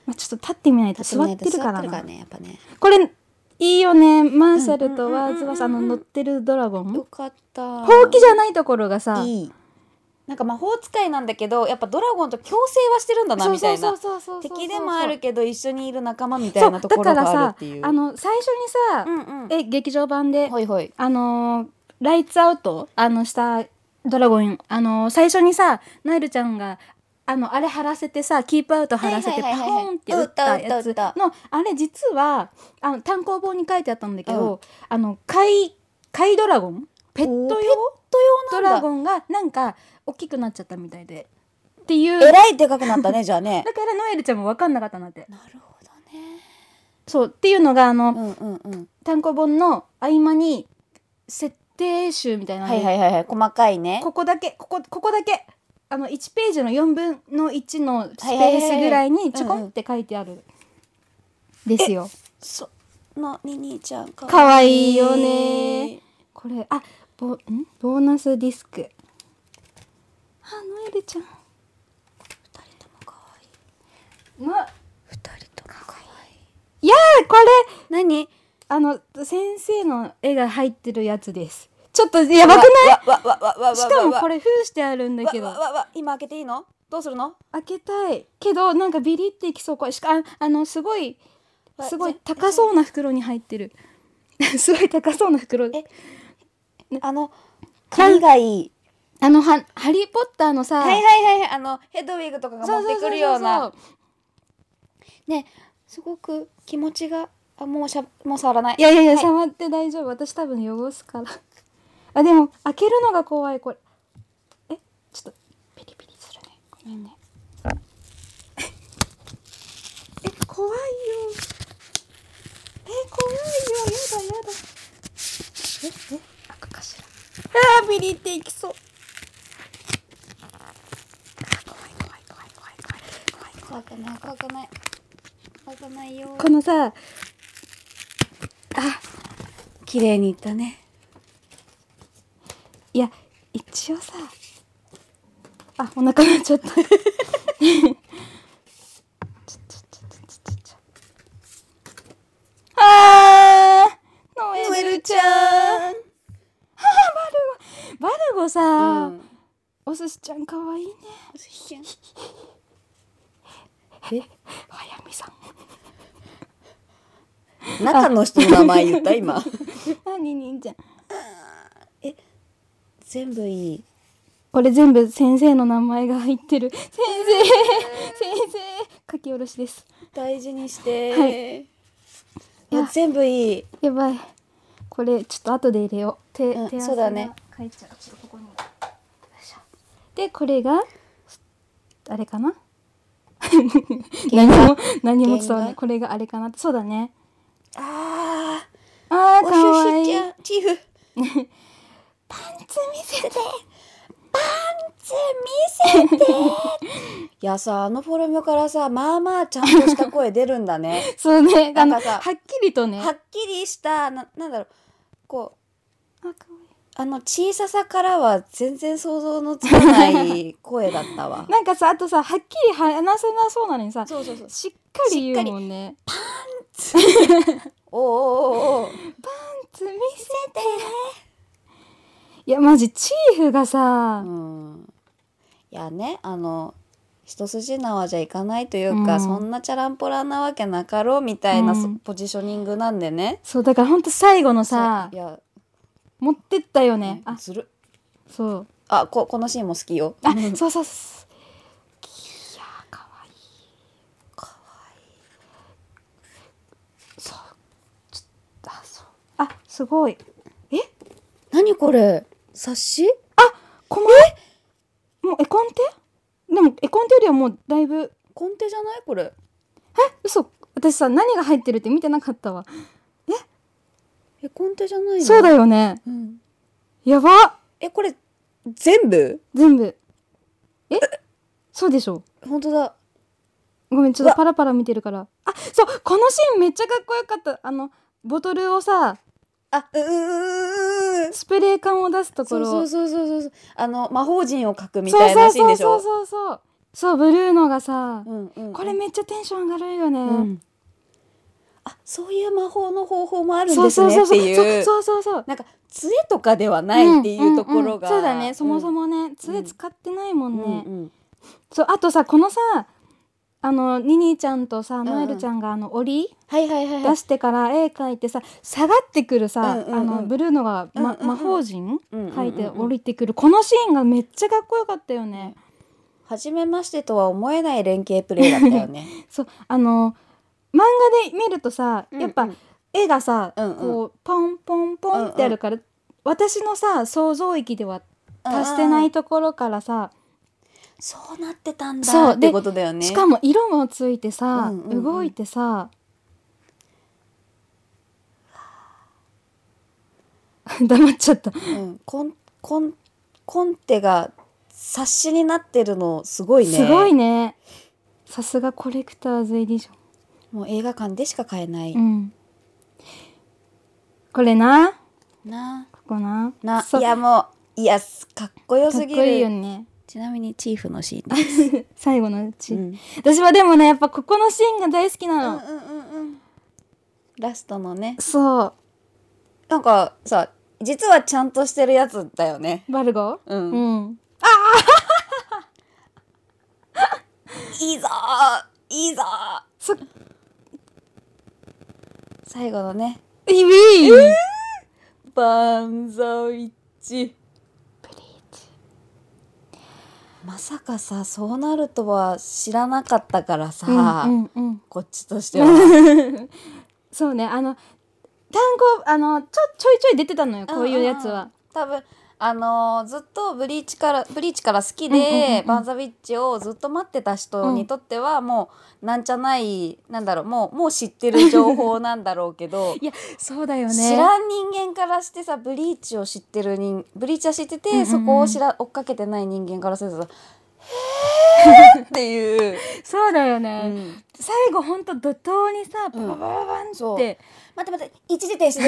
[SPEAKER 2] まあ、ちょっと立ってみないと座
[SPEAKER 3] 座っ
[SPEAKER 2] ってて
[SPEAKER 3] る
[SPEAKER 2] る
[SPEAKER 3] か
[SPEAKER 2] かららな
[SPEAKER 3] ねやっぱね
[SPEAKER 2] これいいよねマーシャル
[SPEAKER 3] う
[SPEAKER 2] と
[SPEAKER 3] ん
[SPEAKER 2] ワーズはあの乗ってるドラゴン
[SPEAKER 3] よかった
[SPEAKER 2] ほうきじゃないところがさ
[SPEAKER 3] いいなんか魔法使いなんだけどやっぱドラゴンと共生はしてるんだなみたいな
[SPEAKER 2] そうそうそうそうそうそう
[SPEAKER 3] 敵でもあるけど一緒にいる仲間みた
[SPEAKER 2] そ
[SPEAKER 3] いうな
[SPEAKER 2] だ
[SPEAKER 3] とこ
[SPEAKER 2] か
[SPEAKER 3] ろ
[SPEAKER 2] ら
[SPEAKER 3] がある
[SPEAKER 2] さ
[SPEAKER 3] っていう
[SPEAKER 2] あの最初にさ、
[SPEAKER 3] うんうん
[SPEAKER 2] え劇場版で、
[SPEAKER 3] ほいほい
[SPEAKER 2] あのーライツアウトあのしたドラゴンあのー最初にさノエルちゃんがあのあれ貼らせてさキープアウト貼らせて
[SPEAKER 3] はい
[SPEAKER 2] パ
[SPEAKER 3] はいはいはい
[SPEAKER 2] コーンって打った
[SPEAKER 3] 打
[SPEAKER 2] や
[SPEAKER 3] った打
[SPEAKER 2] つ
[SPEAKER 3] った打った
[SPEAKER 2] のあれ実はあの単行本に書いてあったんだけど、あの貝貝ドラゴンペット用
[SPEAKER 3] おーペッな
[SPEAKER 2] ド
[SPEAKER 3] んだ
[SPEAKER 2] ラゴンがなんか大きくなっちゃったみたいでっていう
[SPEAKER 3] え
[SPEAKER 2] だから
[SPEAKER 3] いでかくなったねじゃあ ね
[SPEAKER 2] ノエルちゃんも分かんなかったなって
[SPEAKER 3] なるほどね
[SPEAKER 2] そうっていうのがあの、
[SPEAKER 3] うんうんうん
[SPEAKER 2] 単行本の合間に設定集みたいなの
[SPEAKER 3] は
[SPEAKER 2] が
[SPEAKER 3] いはいはいはい細かいね
[SPEAKER 2] ここだけここここだけあの1ページの4分の1のスペースぐらいにちょこんって書いてあるですよ。
[SPEAKER 3] そのニニちゃんか
[SPEAKER 2] かわいいよねこれあボんボーナスディスク。あノエルちゃん。
[SPEAKER 3] 二人ともかわいい
[SPEAKER 2] のや
[SPEAKER 3] 二人ともかわいい
[SPEAKER 2] ーこれ
[SPEAKER 3] 何
[SPEAKER 2] あの先生の絵が入ってるやつです。ちょっとやばく
[SPEAKER 3] わわわわわわわ
[SPEAKER 2] ないしかもこ
[SPEAKER 3] れ
[SPEAKER 2] れ封してあるんだけど
[SPEAKER 3] わわわ今開けていいのどうするの
[SPEAKER 2] 開けたいけどなんかビリっていきそうこれしかああのすごい
[SPEAKER 3] わ
[SPEAKER 2] すごい
[SPEAKER 3] じゃ
[SPEAKER 2] 高そうな袋に入ってる すごい高そうな袋
[SPEAKER 3] えあの髪がいい
[SPEAKER 2] あのは「ハリー・ポッター」のさ、
[SPEAKER 3] はいはいはいはいあのヘッドウィグとかが
[SPEAKER 2] そ
[SPEAKER 3] 持
[SPEAKER 2] う
[SPEAKER 3] っ
[SPEAKER 2] そう
[SPEAKER 3] て
[SPEAKER 2] そう
[SPEAKER 3] く
[SPEAKER 2] そう
[SPEAKER 3] るようなねすごく気持ちがあもうしゃもう触らない
[SPEAKER 2] いやいやいや、
[SPEAKER 3] はい
[SPEAKER 2] 触って大丈夫私多分汚すから あでも開けるのが怖いこれえちょっとピリピリするねごめん ねえ怖いよえ怖いよやだやだええ開くかしらあービリっていきそう怖い怖い怖い怖い怖い怖い怖
[SPEAKER 3] 怖
[SPEAKER 2] い
[SPEAKER 3] くない怖くない怖くないよ
[SPEAKER 2] このさ
[SPEAKER 3] 綺麗にいったね
[SPEAKER 2] いや一応さあお腹鳴っちゃったちょちょちょちょちょちょあーノエルちゃん
[SPEAKER 3] ん
[SPEAKER 2] バルゴさ、
[SPEAKER 3] うん
[SPEAKER 2] お寿司ちゃんかわいいね早見さん
[SPEAKER 3] 中の人の名前言った今
[SPEAKER 2] 何にんちゃん
[SPEAKER 3] 全部いい
[SPEAKER 2] これ全部先生の名前が入ってる先生先生書き下ろしです
[SPEAKER 3] 大事にして、、
[SPEAKER 2] はい
[SPEAKER 3] や全部いい
[SPEAKER 2] やばいこれちょっと後で入れよう手,、
[SPEAKER 3] うん
[SPEAKER 2] 手汗
[SPEAKER 3] そうだね
[SPEAKER 2] がかいちゃうちょっとここによいしょでこれがあれかな何も何も伝わらな
[SPEAKER 3] 原
[SPEAKER 2] い
[SPEAKER 3] 画
[SPEAKER 2] これがあれかなってそうだね
[SPEAKER 3] あ
[SPEAKER 2] あ
[SPEAKER 3] ー
[SPEAKER 2] ー
[SPEAKER 3] お
[SPEAKER 2] かわい
[SPEAKER 3] 寿司
[SPEAKER 2] い
[SPEAKER 3] ちゃんチーフ
[SPEAKER 2] パンツ見せて
[SPEAKER 3] 全見せて いやさあのフォルムからさまあまあちゃんとした声出るんだね
[SPEAKER 2] そうねあの
[SPEAKER 3] な
[SPEAKER 2] は
[SPEAKER 3] んかさ
[SPEAKER 2] っきりと ね
[SPEAKER 3] はっきりしたななんだろうこう
[SPEAKER 2] あ可愛
[SPEAKER 3] あの小ささからは全然想像のつか ない声だったわ
[SPEAKER 2] いなんかさあとさはっきり話せなそうなのにさ
[SPEAKER 3] そうそうそう
[SPEAKER 2] しっかり言うもんねパン
[SPEAKER 3] おうおうおうおう
[SPEAKER 2] ツ見せていやマジチーフがさ、
[SPEAKER 3] うんいやねあの一筋縄じゃいかないというか、
[SPEAKER 2] うん
[SPEAKER 3] そんなチャランポランなわけなかろうみたいな、
[SPEAKER 2] うん
[SPEAKER 3] そポジショニングなんでね。
[SPEAKER 2] そうだからほんと最後のさ
[SPEAKER 3] いや
[SPEAKER 2] 持ってったよねあ
[SPEAKER 3] ずる
[SPEAKER 2] そう
[SPEAKER 3] あここのシーンも好きよ。
[SPEAKER 2] あそうそうそういやーかわいい
[SPEAKER 3] かわ
[SPEAKER 2] そうちょっとあそうあすごいえ
[SPEAKER 3] 何これ冊子
[SPEAKER 2] こまもう絵コンテでも絵コンテよりはもうだいぶ
[SPEAKER 3] コンテじゃないこれ
[SPEAKER 2] 嘘私さ何が入ってるって見てなかったわ
[SPEAKER 3] えコンテじゃないの
[SPEAKER 2] そうだ、よね
[SPEAKER 3] うん、
[SPEAKER 2] やば
[SPEAKER 3] えこれ全部
[SPEAKER 2] 全部えそうでしょ
[SPEAKER 3] 本当だ
[SPEAKER 2] ごめんちょ
[SPEAKER 3] う
[SPEAKER 2] っ
[SPEAKER 3] わ
[SPEAKER 2] とパラパラ見てるからあそうこのシーンめっちゃかっこよかったあのボトルをさ
[SPEAKER 3] あううううう
[SPEAKER 2] スプレー缶を出すとこ
[SPEAKER 3] そう
[SPEAKER 2] ろ
[SPEAKER 3] そうそうそうそうそうあの魔法陣を書くみ
[SPEAKER 2] そう
[SPEAKER 3] たいなシーンでし
[SPEAKER 2] そう
[SPEAKER 3] ょ
[SPEAKER 2] そうそうそうそうブルーノがさ、
[SPEAKER 3] うんうん
[SPEAKER 2] これめっちゃテンション上がるよね、
[SPEAKER 3] うんあそういう魔法の方法もあるん
[SPEAKER 2] そ
[SPEAKER 3] で
[SPEAKER 2] う
[SPEAKER 3] す
[SPEAKER 2] そう
[SPEAKER 3] ね
[SPEAKER 2] そう
[SPEAKER 3] って
[SPEAKER 2] そう
[SPEAKER 3] いう
[SPEAKER 2] そうそうそう
[SPEAKER 3] なんか杖とかではないっていうところが、
[SPEAKER 2] んんんそうだねそもそ
[SPEAKER 3] も
[SPEAKER 2] もね杖使ってないもんね、
[SPEAKER 3] うんうん
[SPEAKER 2] そうあとさこのさあのニニーちゃんとさ
[SPEAKER 3] んうん
[SPEAKER 2] ノエルちゃんがあの檻
[SPEAKER 3] はいはいはいは
[SPEAKER 2] 出
[SPEAKER 3] い
[SPEAKER 2] してから絵描いてさ下がってくるさ、
[SPEAKER 3] うんうんうん
[SPEAKER 2] あのブルーノが、
[SPEAKER 3] う
[SPEAKER 2] ま
[SPEAKER 3] んうんうん
[SPEAKER 2] 魔法陣
[SPEAKER 3] うんうんうん
[SPEAKER 2] 描いて降りてくるこのシーンがめっちゃかっこよかったよね。
[SPEAKER 3] 初めましてとは思えない連携プレーだったよね
[SPEAKER 2] そうあの漫画で見るとさやっ
[SPEAKER 3] う
[SPEAKER 2] ぱ
[SPEAKER 3] んうん
[SPEAKER 2] 絵がさ、
[SPEAKER 3] うんうん
[SPEAKER 2] こうポンポンポンってあるから、私のさ想像域では達して
[SPEAKER 3] うんうん
[SPEAKER 2] な
[SPEAKER 3] うん
[SPEAKER 2] いところからさ、
[SPEAKER 3] そうなってたん
[SPEAKER 2] そ
[SPEAKER 3] だ
[SPEAKER 2] う
[SPEAKER 3] って
[SPEAKER 2] で
[SPEAKER 3] ことだよね。
[SPEAKER 2] しかも色もついてさ、
[SPEAKER 3] うんうんうん
[SPEAKER 2] 動いてさ 黙っちゃった
[SPEAKER 3] うん、コンコンコンテが冊子になってるのすごいね。
[SPEAKER 2] すごいねさすがコレクターズエディション
[SPEAKER 3] もう映画館でしか買えない、
[SPEAKER 2] うんこれな
[SPEAKER 3] な
[SPEAKER 2] ここな
[SPEAKER 3] な
[SPEAKER 2] そう
[SPEAKER 3] いやもういやかっこよ
[SPEAKER 2] かっ
[SPEAKER 3] すぎ
[SPEAKER 2] こいいよ
[SPEAKER 3] る。
[SPEAKER 2] ね
[SPEAKER 3] ちなみにチーフのシーンです。
[SPEAKER 2] 最後のうち、
[SPEAKER 3] うん
[SPEAKER 2] 私はでもねやっぱここのシーンが大好き
[SPEAKER 3] うんう
[SPEAKER 2] なの、
[SPEAKER 3] んうんラストのね
[SPEAKER 2] そ
[SPEAKER 3] なんかさ実はちゃんとしてるやつだよね。
[SPEAKER 2] うバルゴ
[SPEAKER 3] うん
[SPEAKER 2] うん
[SPEAKER 3] いいぞーいいぞー
[SPEAKER 2] そ
[SPEAKER 3] 最後のね
[SPEAKER 2] イビー、
[SPEAKER 3] 万歳一まさかさそうなるとは知らなかったからさ、
[SPEAKER 2] うんうんうん
[SPEAKER 3] こっちとしては
[SPEAKER 2] そうねあの単語あのちょちょいちょい出てたのよこういうやつは。
[SPEAKER 3] 多分あのーずっとブリーチからブリーチから好き
[SPEAKER 2] うんうんうんう
[SPEAKER 3] で
[SPEAKER 2] ん
[SPEAKER 3] 「バンザビッチ」をずっと待ってた人にとってはもうなんじゃないなんだろうもうもう知ってる情報なんだろうけど
[SPEAKER 2] いやそうだよ
[SPEAKER 3] 知らん人間からしてさブリーチを知ってる人ブリーチは知ってて、
[SPEAKER 2] うんうんうん
[SPEAKER 3] そこを知ら追っかけてない人間からするとさ「へーっていう、
[SPEAKER 2] そうだよ
[SPEAKER 3] う
[SPEAKER 2] ね、
[SPEAKER 3] ん
[SPEAKER 2] 最後ほんと怒涛にさパパパパパン
[SPEAKER 3] そう
[SPEAKER 2] って、
[SPEAKER 3] 待って待って一時停止です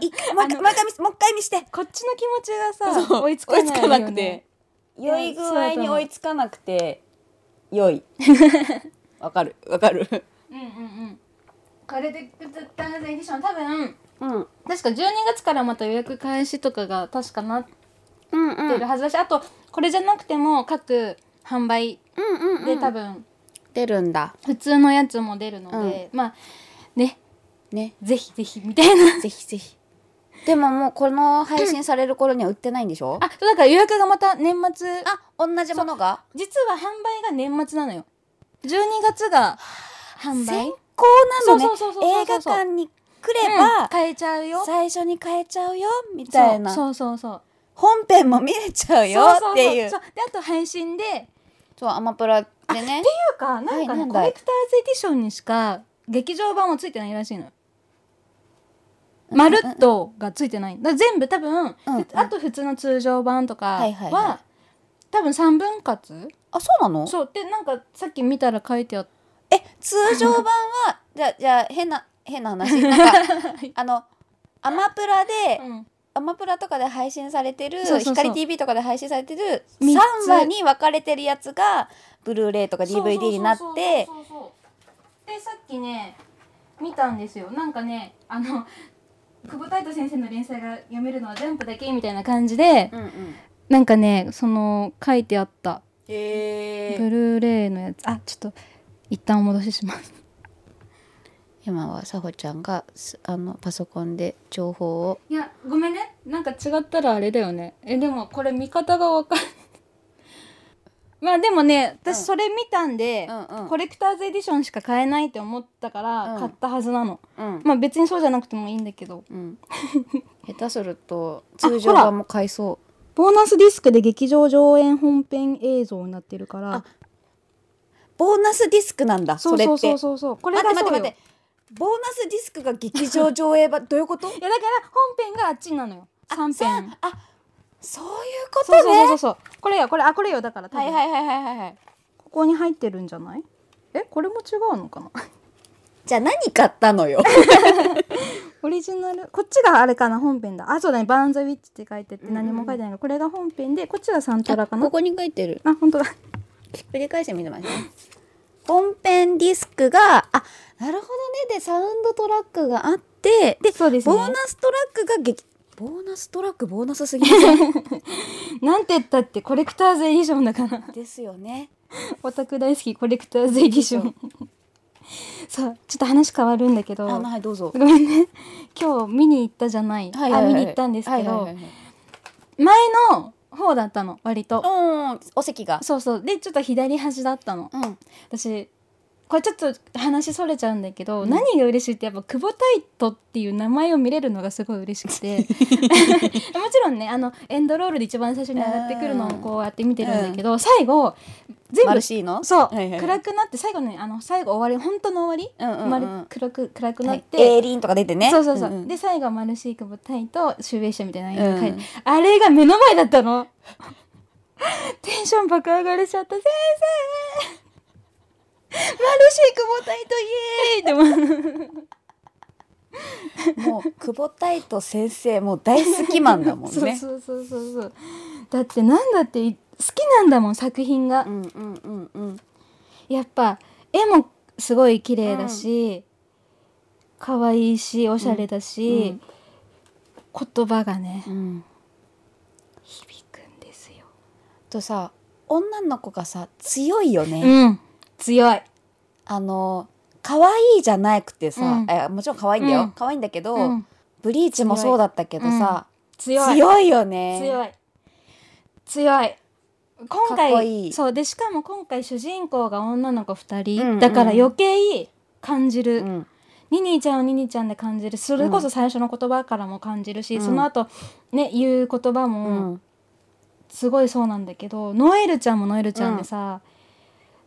[SPEAKER 3] 一回もう一回もう一回見せもう一回見して
[SPEAKER 2] こっちの気持ちが
[SPEAKER 3] そ
[SPEAKER 2] さ
[SPEAKER 3] う
[SPEAKER 2] 追いつかないよ、ね、
[SPEAKER 3] 追いつかなくて
[SPEAKER 2] や
[SPEAKER 3] 良い具合に追いつかなくて良いわかるわかる
[SPEAKER 2] うんうんうんこれでダンスエディション多分
[SPEAKER 3] うん
[SPEAKER 2] 確か12月からまた予約開始とかが確かなって
[SPEAKER 3] うん
[SPEAKER 2] るはずだし、あとこれじゃなくても各販売
[SPEAKER 3] うん
[SPEAKER 2] で多分
[SPEAKER 3] 出るんだ
[SPEAKER 2] 普通のやつも出るので、まあね
[SPEAKER 3] ね
[SPEAKER 2] ぜひぜひみ たいな
[SPEAKER 3] ぜひぜひでももうこの配信される頃には売ってないんでしょ
[SPEAKER 2] あそうだから予約がまた年末
[SPEAKER 3] あ同じものが
[SPEAKER 2] 実は販売が年末なのよ12月が販売
[SPEAKER 3] 先行なのね
[SPEAKER 2] そうそうそうそう
[SPEAKER 3] 映画館に来れ
[SPEAKER 2] うん
[SPEAKER 3] ば、
[SPEAKER 2] 買えちゃうよ
[SPEAKER 3] 最初に買えちゃうよみたいな
[SPEAKER 2] そうそうそう
[SPEAKER 3] 本編も見れちゃう
[SPEAKER 2] そう
[SPEAKER 3] よ
[SPEAKER 2] そうそう
[SPEAKER 3] っていう
[SPEAKER 2] そうであと配信でってい
[SPEAKER 3] そうアマプラでね
[SPEAKER 2] うかなんか
[SPEAKER 3] はい
[SPEAKER 2] ね、
[SPEAKER 3] なん
[SPEAKER 2] コ
[SPEAKER 3] だい
[SPEAKER 2] レクターズエディションにしか劇場版はついてないらしいのよまるっとがついてないだから全部多分、
[SPEAKER 3] うんうん
[SPEAKER 2] あと普通の通常版とかは,、
[SPEAKER 3] はいはいは
[SPEAKER 2] 多分3分割
[SPEAKER 3] あそうなの
[SPEAKER 2] そうでなんかさっき見たら書いてあっ
[SPEAKER 3] え通常版はじゃあじゃあ変な変な 話なんかあのアマプラで
[SPEAKER 2] た、、
[SPEAKER 3] アマプラとかで配信されてる
[SPEAKER 2] そうそうそう
[SPEAKER 3] 光 TV とかで配信されてる
[SPEAKER 2] 三つ
[SPEAKER 3] 3話に分かれてるやつがブルーレイとか
[SPEAKER 2] そうそうそうそう
[SPEAKER 3] DVD になって
[SPEAKER 2] そうそうそうでさっきね見たんですよなんかねあの久保太斗先生の連載が読めるのはジャンプだけみたいな感じで
[SPEAKER 3] うんうん
[SPEAKER 2] なんかねその書いてあった
[SPEAKER 3] へ
[SPEAKER 2] ブ
[SPEAKER 3] え
[SPEAKER 2] ルーレイのやつあちょっと一旦お戻しします
[SPEAKER 3] 今はさほちゃんがすあのパソコンで情報を
[SPEAKER 2] いやごめんねなんか違ったらあれだよねえでもこれ見方がわかんない まあでもね
[SPEAKER 3] うん
[SPEAKER 2] 私それ見たんで、
[SPEAKER 3] うんうん
[SPEAKER 2] コレクターズエディションしか買えないって思ったから、
[SPEAKER 3] うん
[SPEAKER 2] 買ったはずなの
[SPEAKER 3] うん
[SPEAKER 2] まあ別にそうじゃなくてもいいんだけど
[SPEAKER 3] うん 下手すると通
[SPEAKER 2] あ
[SPEAKER 3] 常
[SPEAKER 2] ほら
[SPEAKER 3] 版も買いそ
[SPEAKER 2] ボーナスディスクで劇場上演本編映像になってるから
[SPEAKER 3] あうボーナスディスクなんだ
[SPEAKER 2] そ
[SPEAKER 3] そうれって
[SPEAKER 2] そう
[SPEAKER 3] 待
[SPEAKER 2] そ
[SPEAKER 3] っ
[SPEAKER 2] うそうそうこ
[SPEAKER 3] て
[SPEAKER 2] れが
[SPEAKER 3] 待っ
[SPEAKER 2] そうよ
[SPEAKER 3] て待ってボーナスディスクが劇場上映 版どういうこと
[SPEAKER 2] いやだから本編があっちなのよ三編
[SPEAKER 3] あそういうこと
[SPEAKER 2] そ
[SPEAKER 3] ね
[SPEAKER 2] うそうそうそうこれよこれあこれよだから多分
[SPEAKER 3] はいはいはいはいはいはい
[SPEAKER 2] ここに入ってるんじゃないえこれも違うの かな
[SPEAKER 3] じゃあ何買ったの よ
[SPEAKER 2] オリジナルこっちがあれかな本編だあそうだね「バーン・ザ・ウィッチ」って書いてて
[SPEAKER 3] うん
[SPEAKER 2] 何も書いてないのこれが本編でこっちがサントラかな
[SPEAKER 3] ここに書いてる
[SPEAKER 2] あ本当だ
[SPEAKER 3] 繰り返してみてましたね本編ディスクがあなるほどねでサウンドトラックがあってで
[SPEAKER 2] そうですね
[SPEAKER 3] ボーナストラックが劇ボーナストラックボーナスすぎま せん
[SPEAKER 2] なんて言ったってコレクターズエディションだから
[SPEAKER 3] ですよね
[SPEAKER 2] オタク大好きコレクターズエディションそうちょっと話変わるんだけど
[SPEAKER 3] あはいどうぞ
[SPEAKER 2] ごめんね今日見に行ったじゃない,、
[SPEAKER 3] はいはいはい
[SPEAKER 2] あ見に行ったんです
[SPEAKER 3] は
[SPEAKER 2] けど、
[SPEAKER 3] いはいはいはい
[SPEAKER 2] 前の方だったの割と
[SPEAKER 3] うんお席が
[SPEAKER 2] そうそうでちょっと左端だったの
[SPEAKER 3] うん
[SPEAKER 2] 私これちょっと話それちゃうんだけど、
[SPEAKER 3] うん
[SPEAKER 2] 何が嬉しいってやっぱ久保太斗っていう名前を見れるのがすごい嬉し くてもちろんねあのエンドロールで一番最初に上がってくるのをこうやって見てるんだけど、最後全
[SPEAKER 3] マ
[SPEAKER 2] 部
[SPEAKER 3] ルシーの
[SPEAKER 2] そう、
[SPEAKER 3] はいはい
[SPEAKER 2] 暗くなって最後のねあの最後終わり本当の終わり、
[SPEAKER 3] うんうんうん
[SPEAKER 2] 丸黒く暗くなって、
[SPEAKER 3] エーリンとか出てね
[SPEAKER 2] そうそうそう、
[SPEAKER 3] んん
[SPEAKER 2] で最後はマルシー久保隊と集英社みたいなのが書
[SPEAKER 3] う
[SPEAKER 2] いて、
[SPEAKER 3] ん
[SPEAKER 2] あれが目の前だったの テンション爆上がりしちゃった先生マルシー久保隊とイエーイでも
[SPEAKER 3] も う久保太斗先生もう大好きマンだもんねう
[SPEAKER 2] そうそうそうそうそうだってなんだってい好きなんだもん作品が、
[SPEAKER 3] んうんうんうん
[SPEAKER 2] やっぱ絵もすごい綺麗だし、可愛いしおしゃれだし、言葉がね
[SPEAKER 3] うん
[SPEAKER 2] 響くんですよ
[SPEAKER 3] とさ女の子がさ強いよね、
[SPEAKER 2] うん強い
[SPEAKER 3] あの可愛いじゃなくてさ、
[SPEAKER 2] うん
[SPEAKER 3] えもちろん可愛いんだよ、
[SPEAKER 2] うん
[SPEAKER 3] 可愛いんだけど、
[SPEAKER 2] うん
[SPEAKER 3] ブリーチもそうだったけどさ
[SPEAKER 2] 強い
[SPEAKER 3] よね
[SPEAKER 2] 強い強い今回
[SPEAKER 3] かっこいい
[SPEAKER 2] そうでしかも今回主人公が女の子2人、
[SPEAKER 3] うんうん
[SPEAKER 2] だから余計感じる、
[SPEAKER 3] うん
[SPEAKER 2] ニニーちゃんはニニーちゃんで感じるしそれこそ最初の言葉からも感じるし、
[SPEAKER 3] うん
[SPEAKER 2] その後ね言う言葉
[SPEAKER 3] う
[SPEAKER 2] も
[SPEAKER 3] ん
[SPEAKER 2] すごいそうなんだけど、ノエルちゃんもノエルちゃんでさ、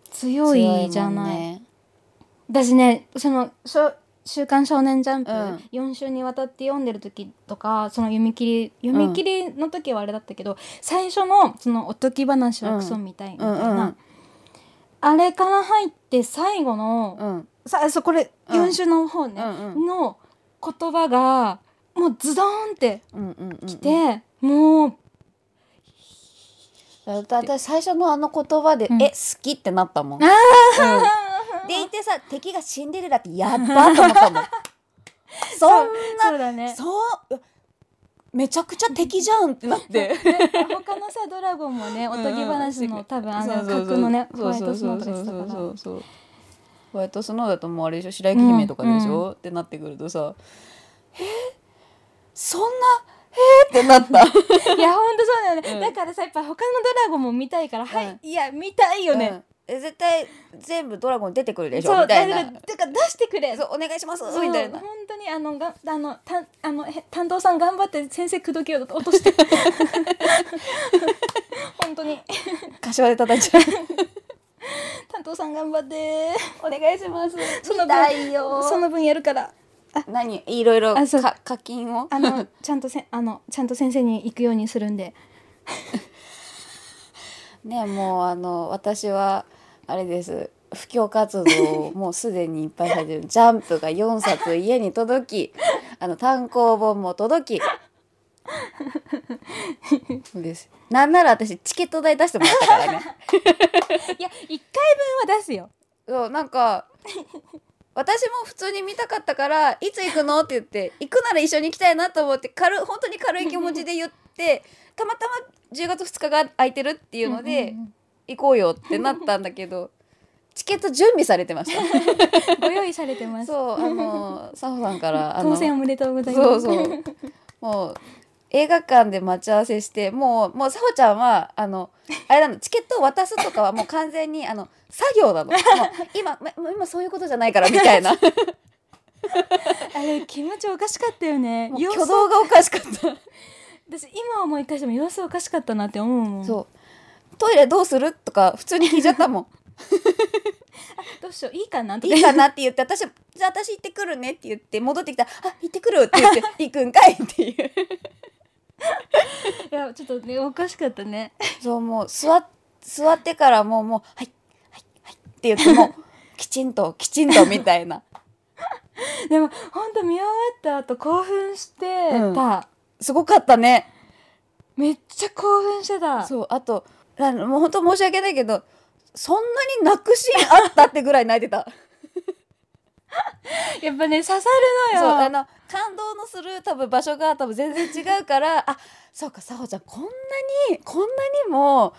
[SPEAKER 2] 強いじゃな
[SPEAKER 3] 強もん
[SPEAKER 2] い、
[SPEAKER 3] ね
[SPEAKER 2] 私ねそのしょ「週刊少年ジャンプ」
[SPEAKER 3] うん
[SPEAKER 2] 4週にわたって読んでる時とかその読み切り読み切りの時はあれだったけど、最初のその「おとき話はクソみたい」みたいな、
[SPEAKER 3] うんうん
[SPEAKER 2] あれから入って最後の、
[SPEAKER 3] うん
[SPEAKER 2] さそうこれ
[SPEAKER 3] うん
[SPEAKER 2] 4週の方ね、
[SPEAKER 3] うん
[SPEAKER 2] の言葉がもうズドーンって
[SPEAKER 3] うんうんうん
[SPEAKER 2] きて、もう
[SPEAKER 3] だだ私最初のあの言葉で「
[SPEAKER 2] うん
[SPEAKER 3] え好き?」ってなったもん、
[SPEAKER 2] あ
[SPEAKER 3] うんでいてさ敵がシンデレラってやったと思ったもんそん
[SPEAKER 2] そうだね
[SPEAKER 3] なそううわめちゃくちゃ敵じゃんってなって
[SPEAKER 2] 他のさドラゴンもねおとぎ話の多分あの
[SPEAKER 3] そうそうそう
[SPEAKER 2] 格のねホ
[SPEAKER 3] そう
[SPEAKER 2] ワイ
[SPEAKER 3] そ
[SPEAKER 2] ト
[SPEAKER 3] う
[SPEAKER 2] ス
[SPEAKER 3] そ
[SPEAKER 2] ノ
[SPEAKER 3] う
[SPEAKER 2] ーとか
[SPEAKER 3] そう
[SPEAKER 2] 言ってたから
[SPEAKER 3] そうそうホワイトスノーだともうあれでしょ白雪姫とかでしょ、ってなってくるとさえそんなえー、ってなった
[SPEAKER 2] いやほんとそうだよね、
[SPEAKER 3] うん
[SPEAKER 2] だからさやっぱ他のドラゴンも見たいから、は
[SPEAKER 3] うん
[SPEAKER 2] いいや見た いよね、、
[SPEAKER 3] うんえ絶対全部ドラゴン出てくるでし
[SPEAKER 2] そう
[SPEAKER 3] ょみたい
[SPEAKER 2] だ
[SPEAKER 3] な
[SPEAKER 2] からだから出してくれ
[SPEAKER 3] そうお願いします
[SPEAKER 2] そう
[SPEAKER 3] みたいな
[SPEAKER 2] 本当にあのがあのたあのへ担当さん頑張って先生口説きを落と して本当に
[SPEAKER 3] 柏で叩いちゃう
[SPEAKER 2] 担当さん頑張って
[SPEAKER 3] お願いします
[SPEAKER 2] その分
[SPEAKER 3] 見たいよ
[SPEAKER 2] その分やるから
[SPEAKER 3] 何いろいろ
[SPEAKER 2] あそう
[SPEAKER 3] か課金を
[SPEAKER 2] あのちゃんとせんあのちゃんと先生に行くようにするんで
[SPEAKER 3] ねもうあの私はあれです布教活動 をもうすでにいっぱいされてるジャンプが4冊家に届きあの単行本も 届きそうですなんなら私チケット代出してもらったからね
[SPEAKER 2] いや一回分は出すよ
[SPEAKER 3] そうなんか私も普通に見たかったから「いつ行くの?」って言って「行くなら一緒に行きたいな」と思って軽い本当に軽い気持ちで言ってたまたま10月2日が空いてるっていうので行こうよってなったんだけどチケット準備されてました
[SPEAKER 2] ご用意されてます。
[SPEAKER 3] そうあのサホさんからあの
[SPEAKER 2] 当選おめでとうございます。
[SPEAKER 3] そう そう。もう映画館で待ち合わせして、もうもうさほちゃんはあのあれなのチケットを渡すとかはもう完全にあの作業なの。もう今まもう今そういうことじゃないからみた いな。もう
[SPEAKER 2] あれ気持ちおかしかったよね。様子
[SPEAKER 3] 挙動がおかしかった。
[SPEAKER 2] 私今思い返しても様子おかしかったなって思うもん。
[SPEAKER 3] そう。トイレどうするとか普通に聞いちゃったもん。
[SPEAKER 2] どうしようい いかなとか
[SPEAKER 3] いいかなって言って私じゃあ私行ってくるねって言って戻ってきたらあ行ってくるって 言って行くんかいっていう。
[SPEAKER 2] いやちょっとねおかしかったね。
[SPEAKER 3] そうもう座っ座ってからもうもうはいはいはいって言ってもうきちんときちんとみたいな。
[SPEAKER 2] でも本当見終わった後興奮してた。
[SPEAKER 3] すごかったね。
[SPEAKER 2] めっちゃ興奮してた。
[SPEAKER 3] そうあとあのもう本当申し訳ないけどそんなに泣くシーンあったってぐらい泣いてた。
[SPEAKER 2] やっぱね刺さる
[SPEAKER 3] そう
[SPEAKER 2] の
[SPEAKER 3] あ
[SPEAKER 2] よ。
[SPEAKER 3] の感動のする多分場所が多分全然違うからあそうかさほちゃんこんなにこんなにも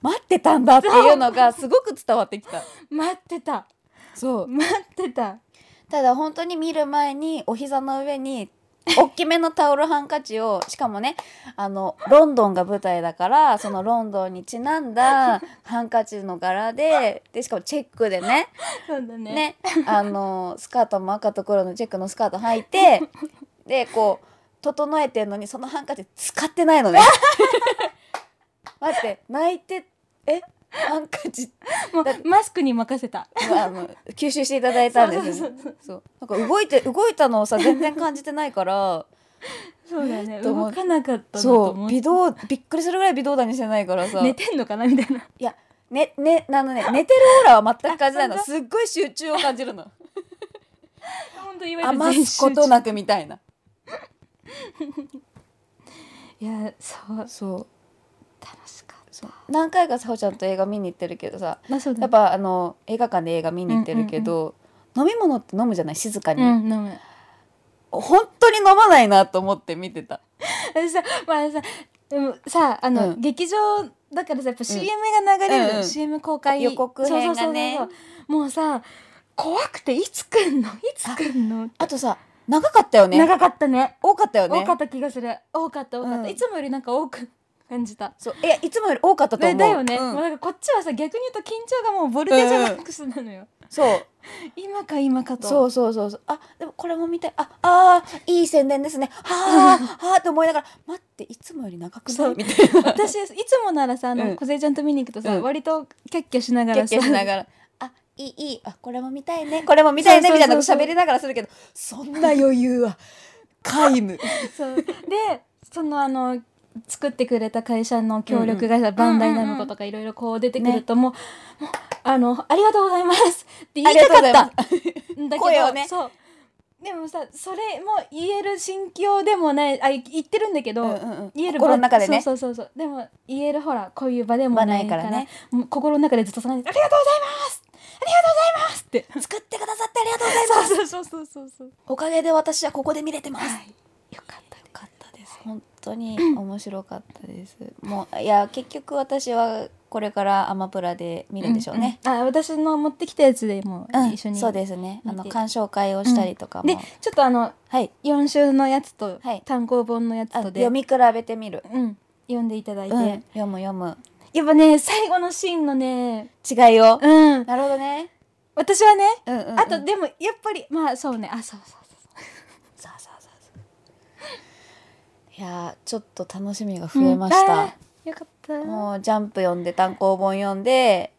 [SPEAKER 3] 待ってたんだっていうのがすごく伝わってきた。
[SPEAKER 2] 待ってた
[SPEAKER 3] そう
[SPEAKER 2] 待ってた。
[SPEAKER 3] ただ本当に見る前にお膝の上に 大きめのタオルハンカチをしかもねあのロンドンが舞台だからそのロンドンにちなん だハンカチの柄ででしかもチェックでね
[SPEAKER 2] そうだね。
[SPEAKER 3] ねあのスカートも赤と黒のチェックのスカート履い てでこう整えてんのにそのハンカチ使ってないの ね。待って泣いてえハンカチ
[SPEAKER 2] もう
[SPEAKER 3] だ
[SPEAKER 2] マスクに任せた。
[SPEAKER 3] あの吸収していただいたんですよね。
[SPEAKER 2] そうそうそうそう
[SPEAKER 3] そうなんか動いて動いたのをさ全然感じてないから
[SPEAKER 2] そうだよね
[SPEAKER 3] と思
[SPEAKER 2] 動
[SPEAKER 3] う
[SPEAKER 2] かなかったなと
[SPEAKER 3] そ
[SPEAKER 2] 思
[SPEAKER 3] う
[SPEAKER 2] っ
[SPEAKER 3] 微
[SPEAKER 2] て
[SPEAKER 3] 動びっくりするぐらい微動だにしてないからさ
[SPEAKER 2] 寝てんのかなみたいな。
[SPEAKER 3] いやねねあのね寝てるオーラは全く感じないの
[SPEAKER 2] あ
[SPEAKER 3] すっごい集中を感じる の
[SPEAKER 2] 本当いわ ゆる
[SPEAKER 3] 余すことなくみたいない
[SPEAKER 2] やそう楽
[SPEAKER 3] そう
[SPEAKER 2] しかった。
[SPEAKER 3] そう何回かさほちゃんと映画見に行ってるけどさ
[SPEAKER 2] まあそうだ
[SPEAKER 3] やっぱあの映画館で映画見に行ってるけど、飲み物って飲むじゃない静かに、
[SPEAKER 2] うん飲む。
[SPEAKER 3] 本当に飲まないなと思って見てた
[SPEAKER 2] 私さま あさでもさあの、
[SPEAKER 3] うん
[SPEAKER 2] 劇場だからさやっぱ CM が流れる、
[SPEAKER 3] うんうん
[SPEAKER 2] CM 公開
[SPEAKER 3] 予告編がね
[SPEAKER 2] そうそうそうそうもうさ怖くていつ来んのいつ来んの、
[SPEAKER 3] あとさ長かったよね
[SPEAKER 2] 長かったね
[SPEAKER 3] 多かったよね
[SPEAKER 2] 多かった気がする多かった多かった、
[SPEAKER 3] うん
[SPEAKER 2] いつもよりなんか多く感じた。
[SPEAKER 3] そういやいつもより多かったと思
[SPEAKER 2] ね、
[SPEAKER 3] う
[SPEAKER 2] だよね、
[SPEAKER 3] うん
[SPEAKER 2] もうなんかこっちはさ逆に言うと緊張がもうボルテージマックスなのよ、
[SPEAKER 3] そう
[SPEAKER 2] 今か今かと
[SPEAKER 3] そうそうそうそうあでもこれも見たいああーいい宣伝ですね はあはあって思いながら待っていつもより長く
[SPEAKER 2] そ
[SPEAKER 3] な
[SPEAKER 2] う
[SPEAKER 3] いみたいな
[SPEAKER 2] 私いつもならさあの、
[SPEAKER 3] うん
[SPEAKER 2] 小ちゃんと見に行くとさ、
[SPEAKER 3] うん
[SPEAKER 2] 割とキャッキャしなが
[SPEAKER 3] キャ
[SPEAKER 2] ら
[SPEAKER 3] ッ
[SPEAKER 2] さ
[SPEAKER 3] キャしながらあいいいいあこれも見たいねこれも見たいね
[SPEAKER 2] そう
[SPEAKER 3] み
[SPEAKER 2] そ
[SPEAKER 3] たいな
[SPEAKER 2] うそう
[SPEAKER 3] こ
[SPEAKER 2] そ
[SPEAKER 3] と
[SPEAKER 2] う
[SPEAKER 3] 喋りながらするけどそんな余裕は皆無
[SPEAKER 2] そうでそのあの作ってくれた会社の協力会社、バンダイナムコとかいろいろこう出てくると、もうもうあの「ありがとうございます」って言いたかったん
[SPEAKER 3] あ
[SPEAKER 2] だ
[SPEAKER 3] りがとうございます
[SPEAKER 2] けど
[SPEAKER 3] 声をね
[SPEAKER 2] そうでもさそれも言える心境でもないあい言ってるんだけど、
[SPEAKER 3] うんうんうん
[SPEAKER 2] 言える
[SPEAKER 3] 心の中でね
[SPEAKER 2] そうそうそうそうでも言えるほらこういう場でもないから,、
[SPEAKER 3] まあないからね
[SPEAKER 2] もう心の中でずっとその「ありがとうございますありがとうございます」って。
[SPEAKER 3] 作ってくださってありがとうござ います
[SPEAKER 2] そうそうそうそうそう。
[SPEAKER 3] おかげで私はここで見れてます
[SPEAKER 2] い、よかったよかったです。
[SPEAKER 3] 本当に面白かったですもういや結局私はこれからアマプラで見るんでしょうね、
[SPEAKER 2] んんあ私の持ってきたやつでも
[SPEAKER 3] うん、
[SPEAKER 2] 一緒に、
[SPEAKER 3] そうですねあの
[SPEAKER 2] 見て
[SPEAKER 3] 鑑賞会をしたりとかも、
[SPEAKER 2] でちょっとあの
[SPEAKER 3] はい
[SPEAKER 2] 4週のやつと
[SPEAKER 3] はい
[SPEAKER 2] 単行本のやつ
[SPEAKER 3] あ
[SPEAKER 2] とで、
[SPEAKER 3] 読み比べてみる、
[SPEAKER 2] うん、読んでいただいて、
[SPEAKER 3] うん、読む読む
[SPEAKER 2] やっぱね最後のシーンのね
[SPEAKER 3] 違いを、
[SPEAKER 2] うん
[SPEAKER 3] なるほどね
[SPEAKER 2] 私はね、
[SPEAKER 3] うんうん、うん、
[SPEAKER 2] あとでもやっぱりまあそうねあそうそうそう
[SPEAKER 3] そうそうそうそういやーちょっと楽しみが増えまし
[SPEAKER 2] うんあ
[SPEAKER 3] た、
[SPEAKER 2] ーよかった
[SPEAKER 3] もうジャンプ読んで単行本読んで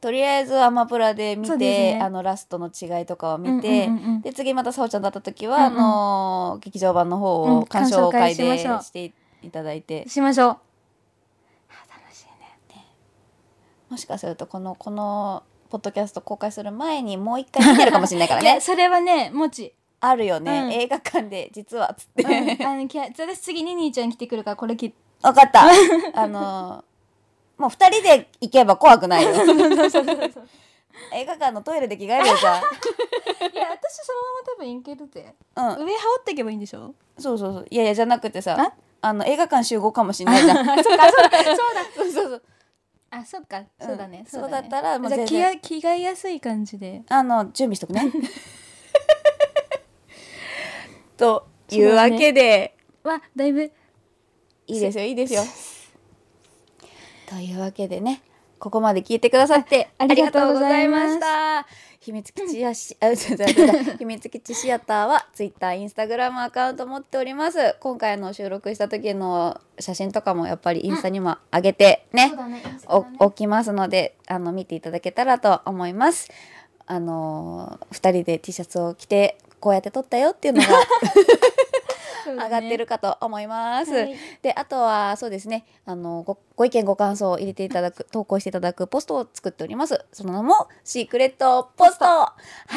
[SPEAKER 3] とりあえずアマプラで見
[SPEAKER 2] そ
[SPEAKER 3] て、
[SPEAKER 2] うですね
[SPEAKER 3] あのラストの違いとかを見て、
[SPEAKER 2] うんうんうんうん
[SPEAKER 3] で次またさおちゃんと会った時は、
[SPEAKER 2] うんうん
[SPEAKER 3] あのー劇場版の方
[SPEAKER 2] うん
[SPEAKER 3] を鑑賞会
[SPEAKER 2] 鑑賞
[SPEAKER 3] で
[SPEAKER 2] 会しましょう
[SPEAKER 3] していただいて、
[SPEAKER 2] しましょうあ楽しいね
[SPEAKER 3] もしかするとこのこのポッドキャスト公開する前にもう一回見てるかもし れないから
[SPEAKER 2] いや
[SPEAKER 3] ね
[SPEAKER 2] それはねもち、
[SPEAKER 3] あるよね、
[SPEAKER 2] うん
[SPEAKER 3] 映画館で実はつっ
[SPEAKER 2] う
[SPEAKER 3] て、
[SPEAKER 2] ん、
[SPEAKER 3] 分
[SPEAKER 2] あのきゃ私次に兄ちゃん来てくるからこれき
[SPEAKER 3] かったあのーもう二人で行 けば怖くないよ映画館のトイレで着替えるじゃん
[SPEAKER 2] いや私分いけるぜ
[SPEAKER 3] うん
[SPEAKER 2] 上羽織っていけばいいんでしょ
[SPEAKER 3] そうそうそういやいやじゃなくてさ
[SPEAKER 2] え
[SPEAKER 3] あの映画館集合かもしれないじゃんそう だそう だそうそうそう
[SPEAKER 2] あそっか
[SPEAKER 3] うん
[SPEAKER 2] そうだね、
[SPEAKER 3] そうだったらもう
[SPEAKER 2] じゃ
[SPEAKER 3] 全
[SPEAKER 2] あ着
[SPEAKER 3] 然
[SPEAKER 2] や着替えやすい感じで
[SPEAKER 3] あの準備しとく ねというわけで、
[SPEAKER 2] わだいぶ
[SPEAKER 3] いいですよいいですよ というわけでねここまで聞いてくださって
[SPEAKER 2] あ
[SPEAKER 3] あ
[SPEAKER 2] り
[SPEAKER 3] り
[SPEAKER 2] が
[SPEAKER 3] が
[SPEAKER 2] と
[SPEAKER 3] と
[SPEAKER 2] う
[SPEAKER 3] う
[SPEAKER 2] ご
[SPEAKER 3] ご
[SPEAKER 2] ざ
[SPEAKER 3] ざ
[SPEAKER 2] い
[SPEAKER 3] い
[SPEAKER 2] ま
[SPEAKER 3] ますした秘密基地やし あ違う違う違う秘密基地シアターはツイッターインスタグラムアカウント持っております今回の収録した時の写真とかもやっぱりインスタにも上げてね
[SPEAKER 2] ね
[SPEAKER 3] お置きますのであの見ていただけたらと思います。あのー二人で T シャツを着てこうやって撮ったよっていうのが
[SPEAKER 2] 上
[SPEAKER 3] 上がってるかと思います。
[SPEAKER 2] はい
[SPEAKER 3] であとはそうですねあのごご意見ご感想を入れていただく投稿していただくポストを作っております。その名もシークレットポストは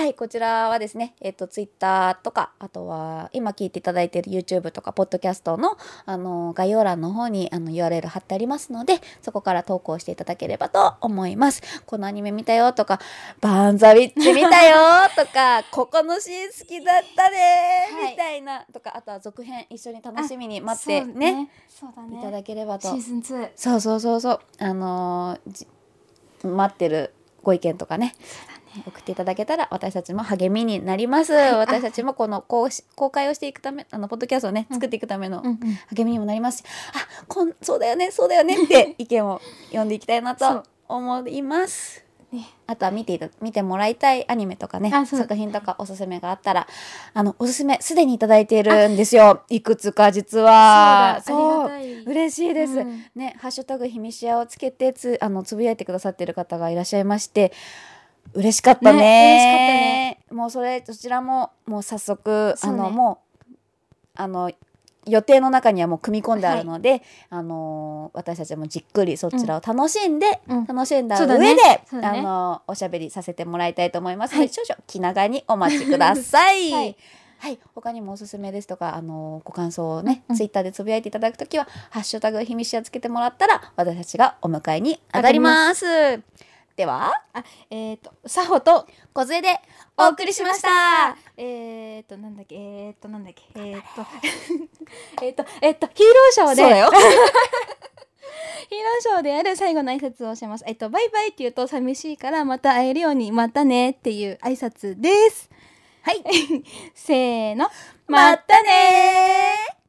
[SPEAKER 3] いこちらはですねえっとツイッターとかあとは今聞いていただいている YouTube とかポッドキャストのあの概要欄の方にあの URL 貼ってありますのでそこから投稿していただければと思います。このアニメ見たよとかバンザビッチ見たよとかここのシーン好きだったね
[SPEAKER 2] はい
[SPEAKER 3] みたいな、とかあとは続編一緒に楽しみに待っ
[SPEAKER 2] そ
[SPEAKER 3] て
[SPEAKER 2] う
[SPEAKER 3] ね
[SPEAKER 2] そうだ
[SPEAKER 3] いた
[SPEAKER 2] ね
[SPEAKER 3] だければ
[SPEAKER 2] シ
[SPEAKER 3] と
[SPEAKER 2] ーズン2
[SPEAKER 3] そうそうそうそうあのーじ待ってるご意見とかね送っていただけたら私たちも励みになります、私たちもこのこうし公開をしていくためあのポッドキャストをね作っていくための
[SPEAKER 2] うんうん
[SPEAKER 3] 励みにもなりますしあこんそうだよねそうだよねって 意見を読んでいきたいな
[SPEAKER 2] そ
[SPEAKER 3] と
[SPEAKER 2] う
[SPEAKER 3] 思います。
[SPEAKER 2] ね
[SPEAKER 3] あとは見ていた見てもらいたいアニメとかね
[SPEAKER 2] あそう
[SPEAKER 3] 作品とかおすすめがあったらあのおすすめすでにいただいているんですよいくつか実は
[SPEAKER 2] そうだ
[SPEAKER 3] そ
[SPEAKER 2] ありがたいう
[SPEAKER 3] 嬉しいです、
[SPEAKER 2] うん
[SPEAKER 3] ねハッシュタグひみしやをつけてつあのつぶやいてくださってる方がいらっしゃいまして嬉しかったね嬉しかった
[SPEAKER 2] ね
[SPEAKER 3] ねもうそれそちらももう早速、
[SPEAKER 2] そ
[SPEAKER 3] あ
[SPEAKER 2] うね
[SPEAKER 3] のもうあの予定の中にはもう組み込んであるので、あのー私たちもじっくりそちらを楽しんで、
[SPEAKER 2] うん
[SPEAKER 3] 楽しんだ
[SPEAKER 2] そう
[SPEAKER 3] 上
[SPEAKER 2] だ
[SPEAKER 3] で、
[SPEAKER 2] ねそうだね
[SPEAKER 3] あのーおしゃべりさせてもらいたいと思います、
[SPEAKER 2] は
[SPEAKER 3] は
[SPEAKER 2] い
[SPEAKER 3] い、少々気長にお待ちください。
[SPEAKER 2] は
[SPEAKER 3] はいい他にもおすすめですとか、あのーご感想をね、
[SPEAKER 2] うん
[SPEAKER 3] ツイッターでつぶやいていただくときは「ハッシュタグひみしや」つけてもらったら私たちがお迎えに上がりますでは
[SPEAKER 2] あえっ、とサホと
[SPEAKER 3] 小杖でお送りしました
[SPEAKER 2] えっ、となんだっけえっ、となんだっけえっ、と えっとえっ、と ヒーローショーで
[SPEAKER 3] そうだよ
[SPEAKER 2] ヒーローショーである最後の挨拶をします。えっと、バイバイって言うと寂しいからまた会えるようにまたねっていう挨拶です。
[SPEAKER 3] はい
[SPEAKER 2] せーの。
[SPEAKER 3] またねー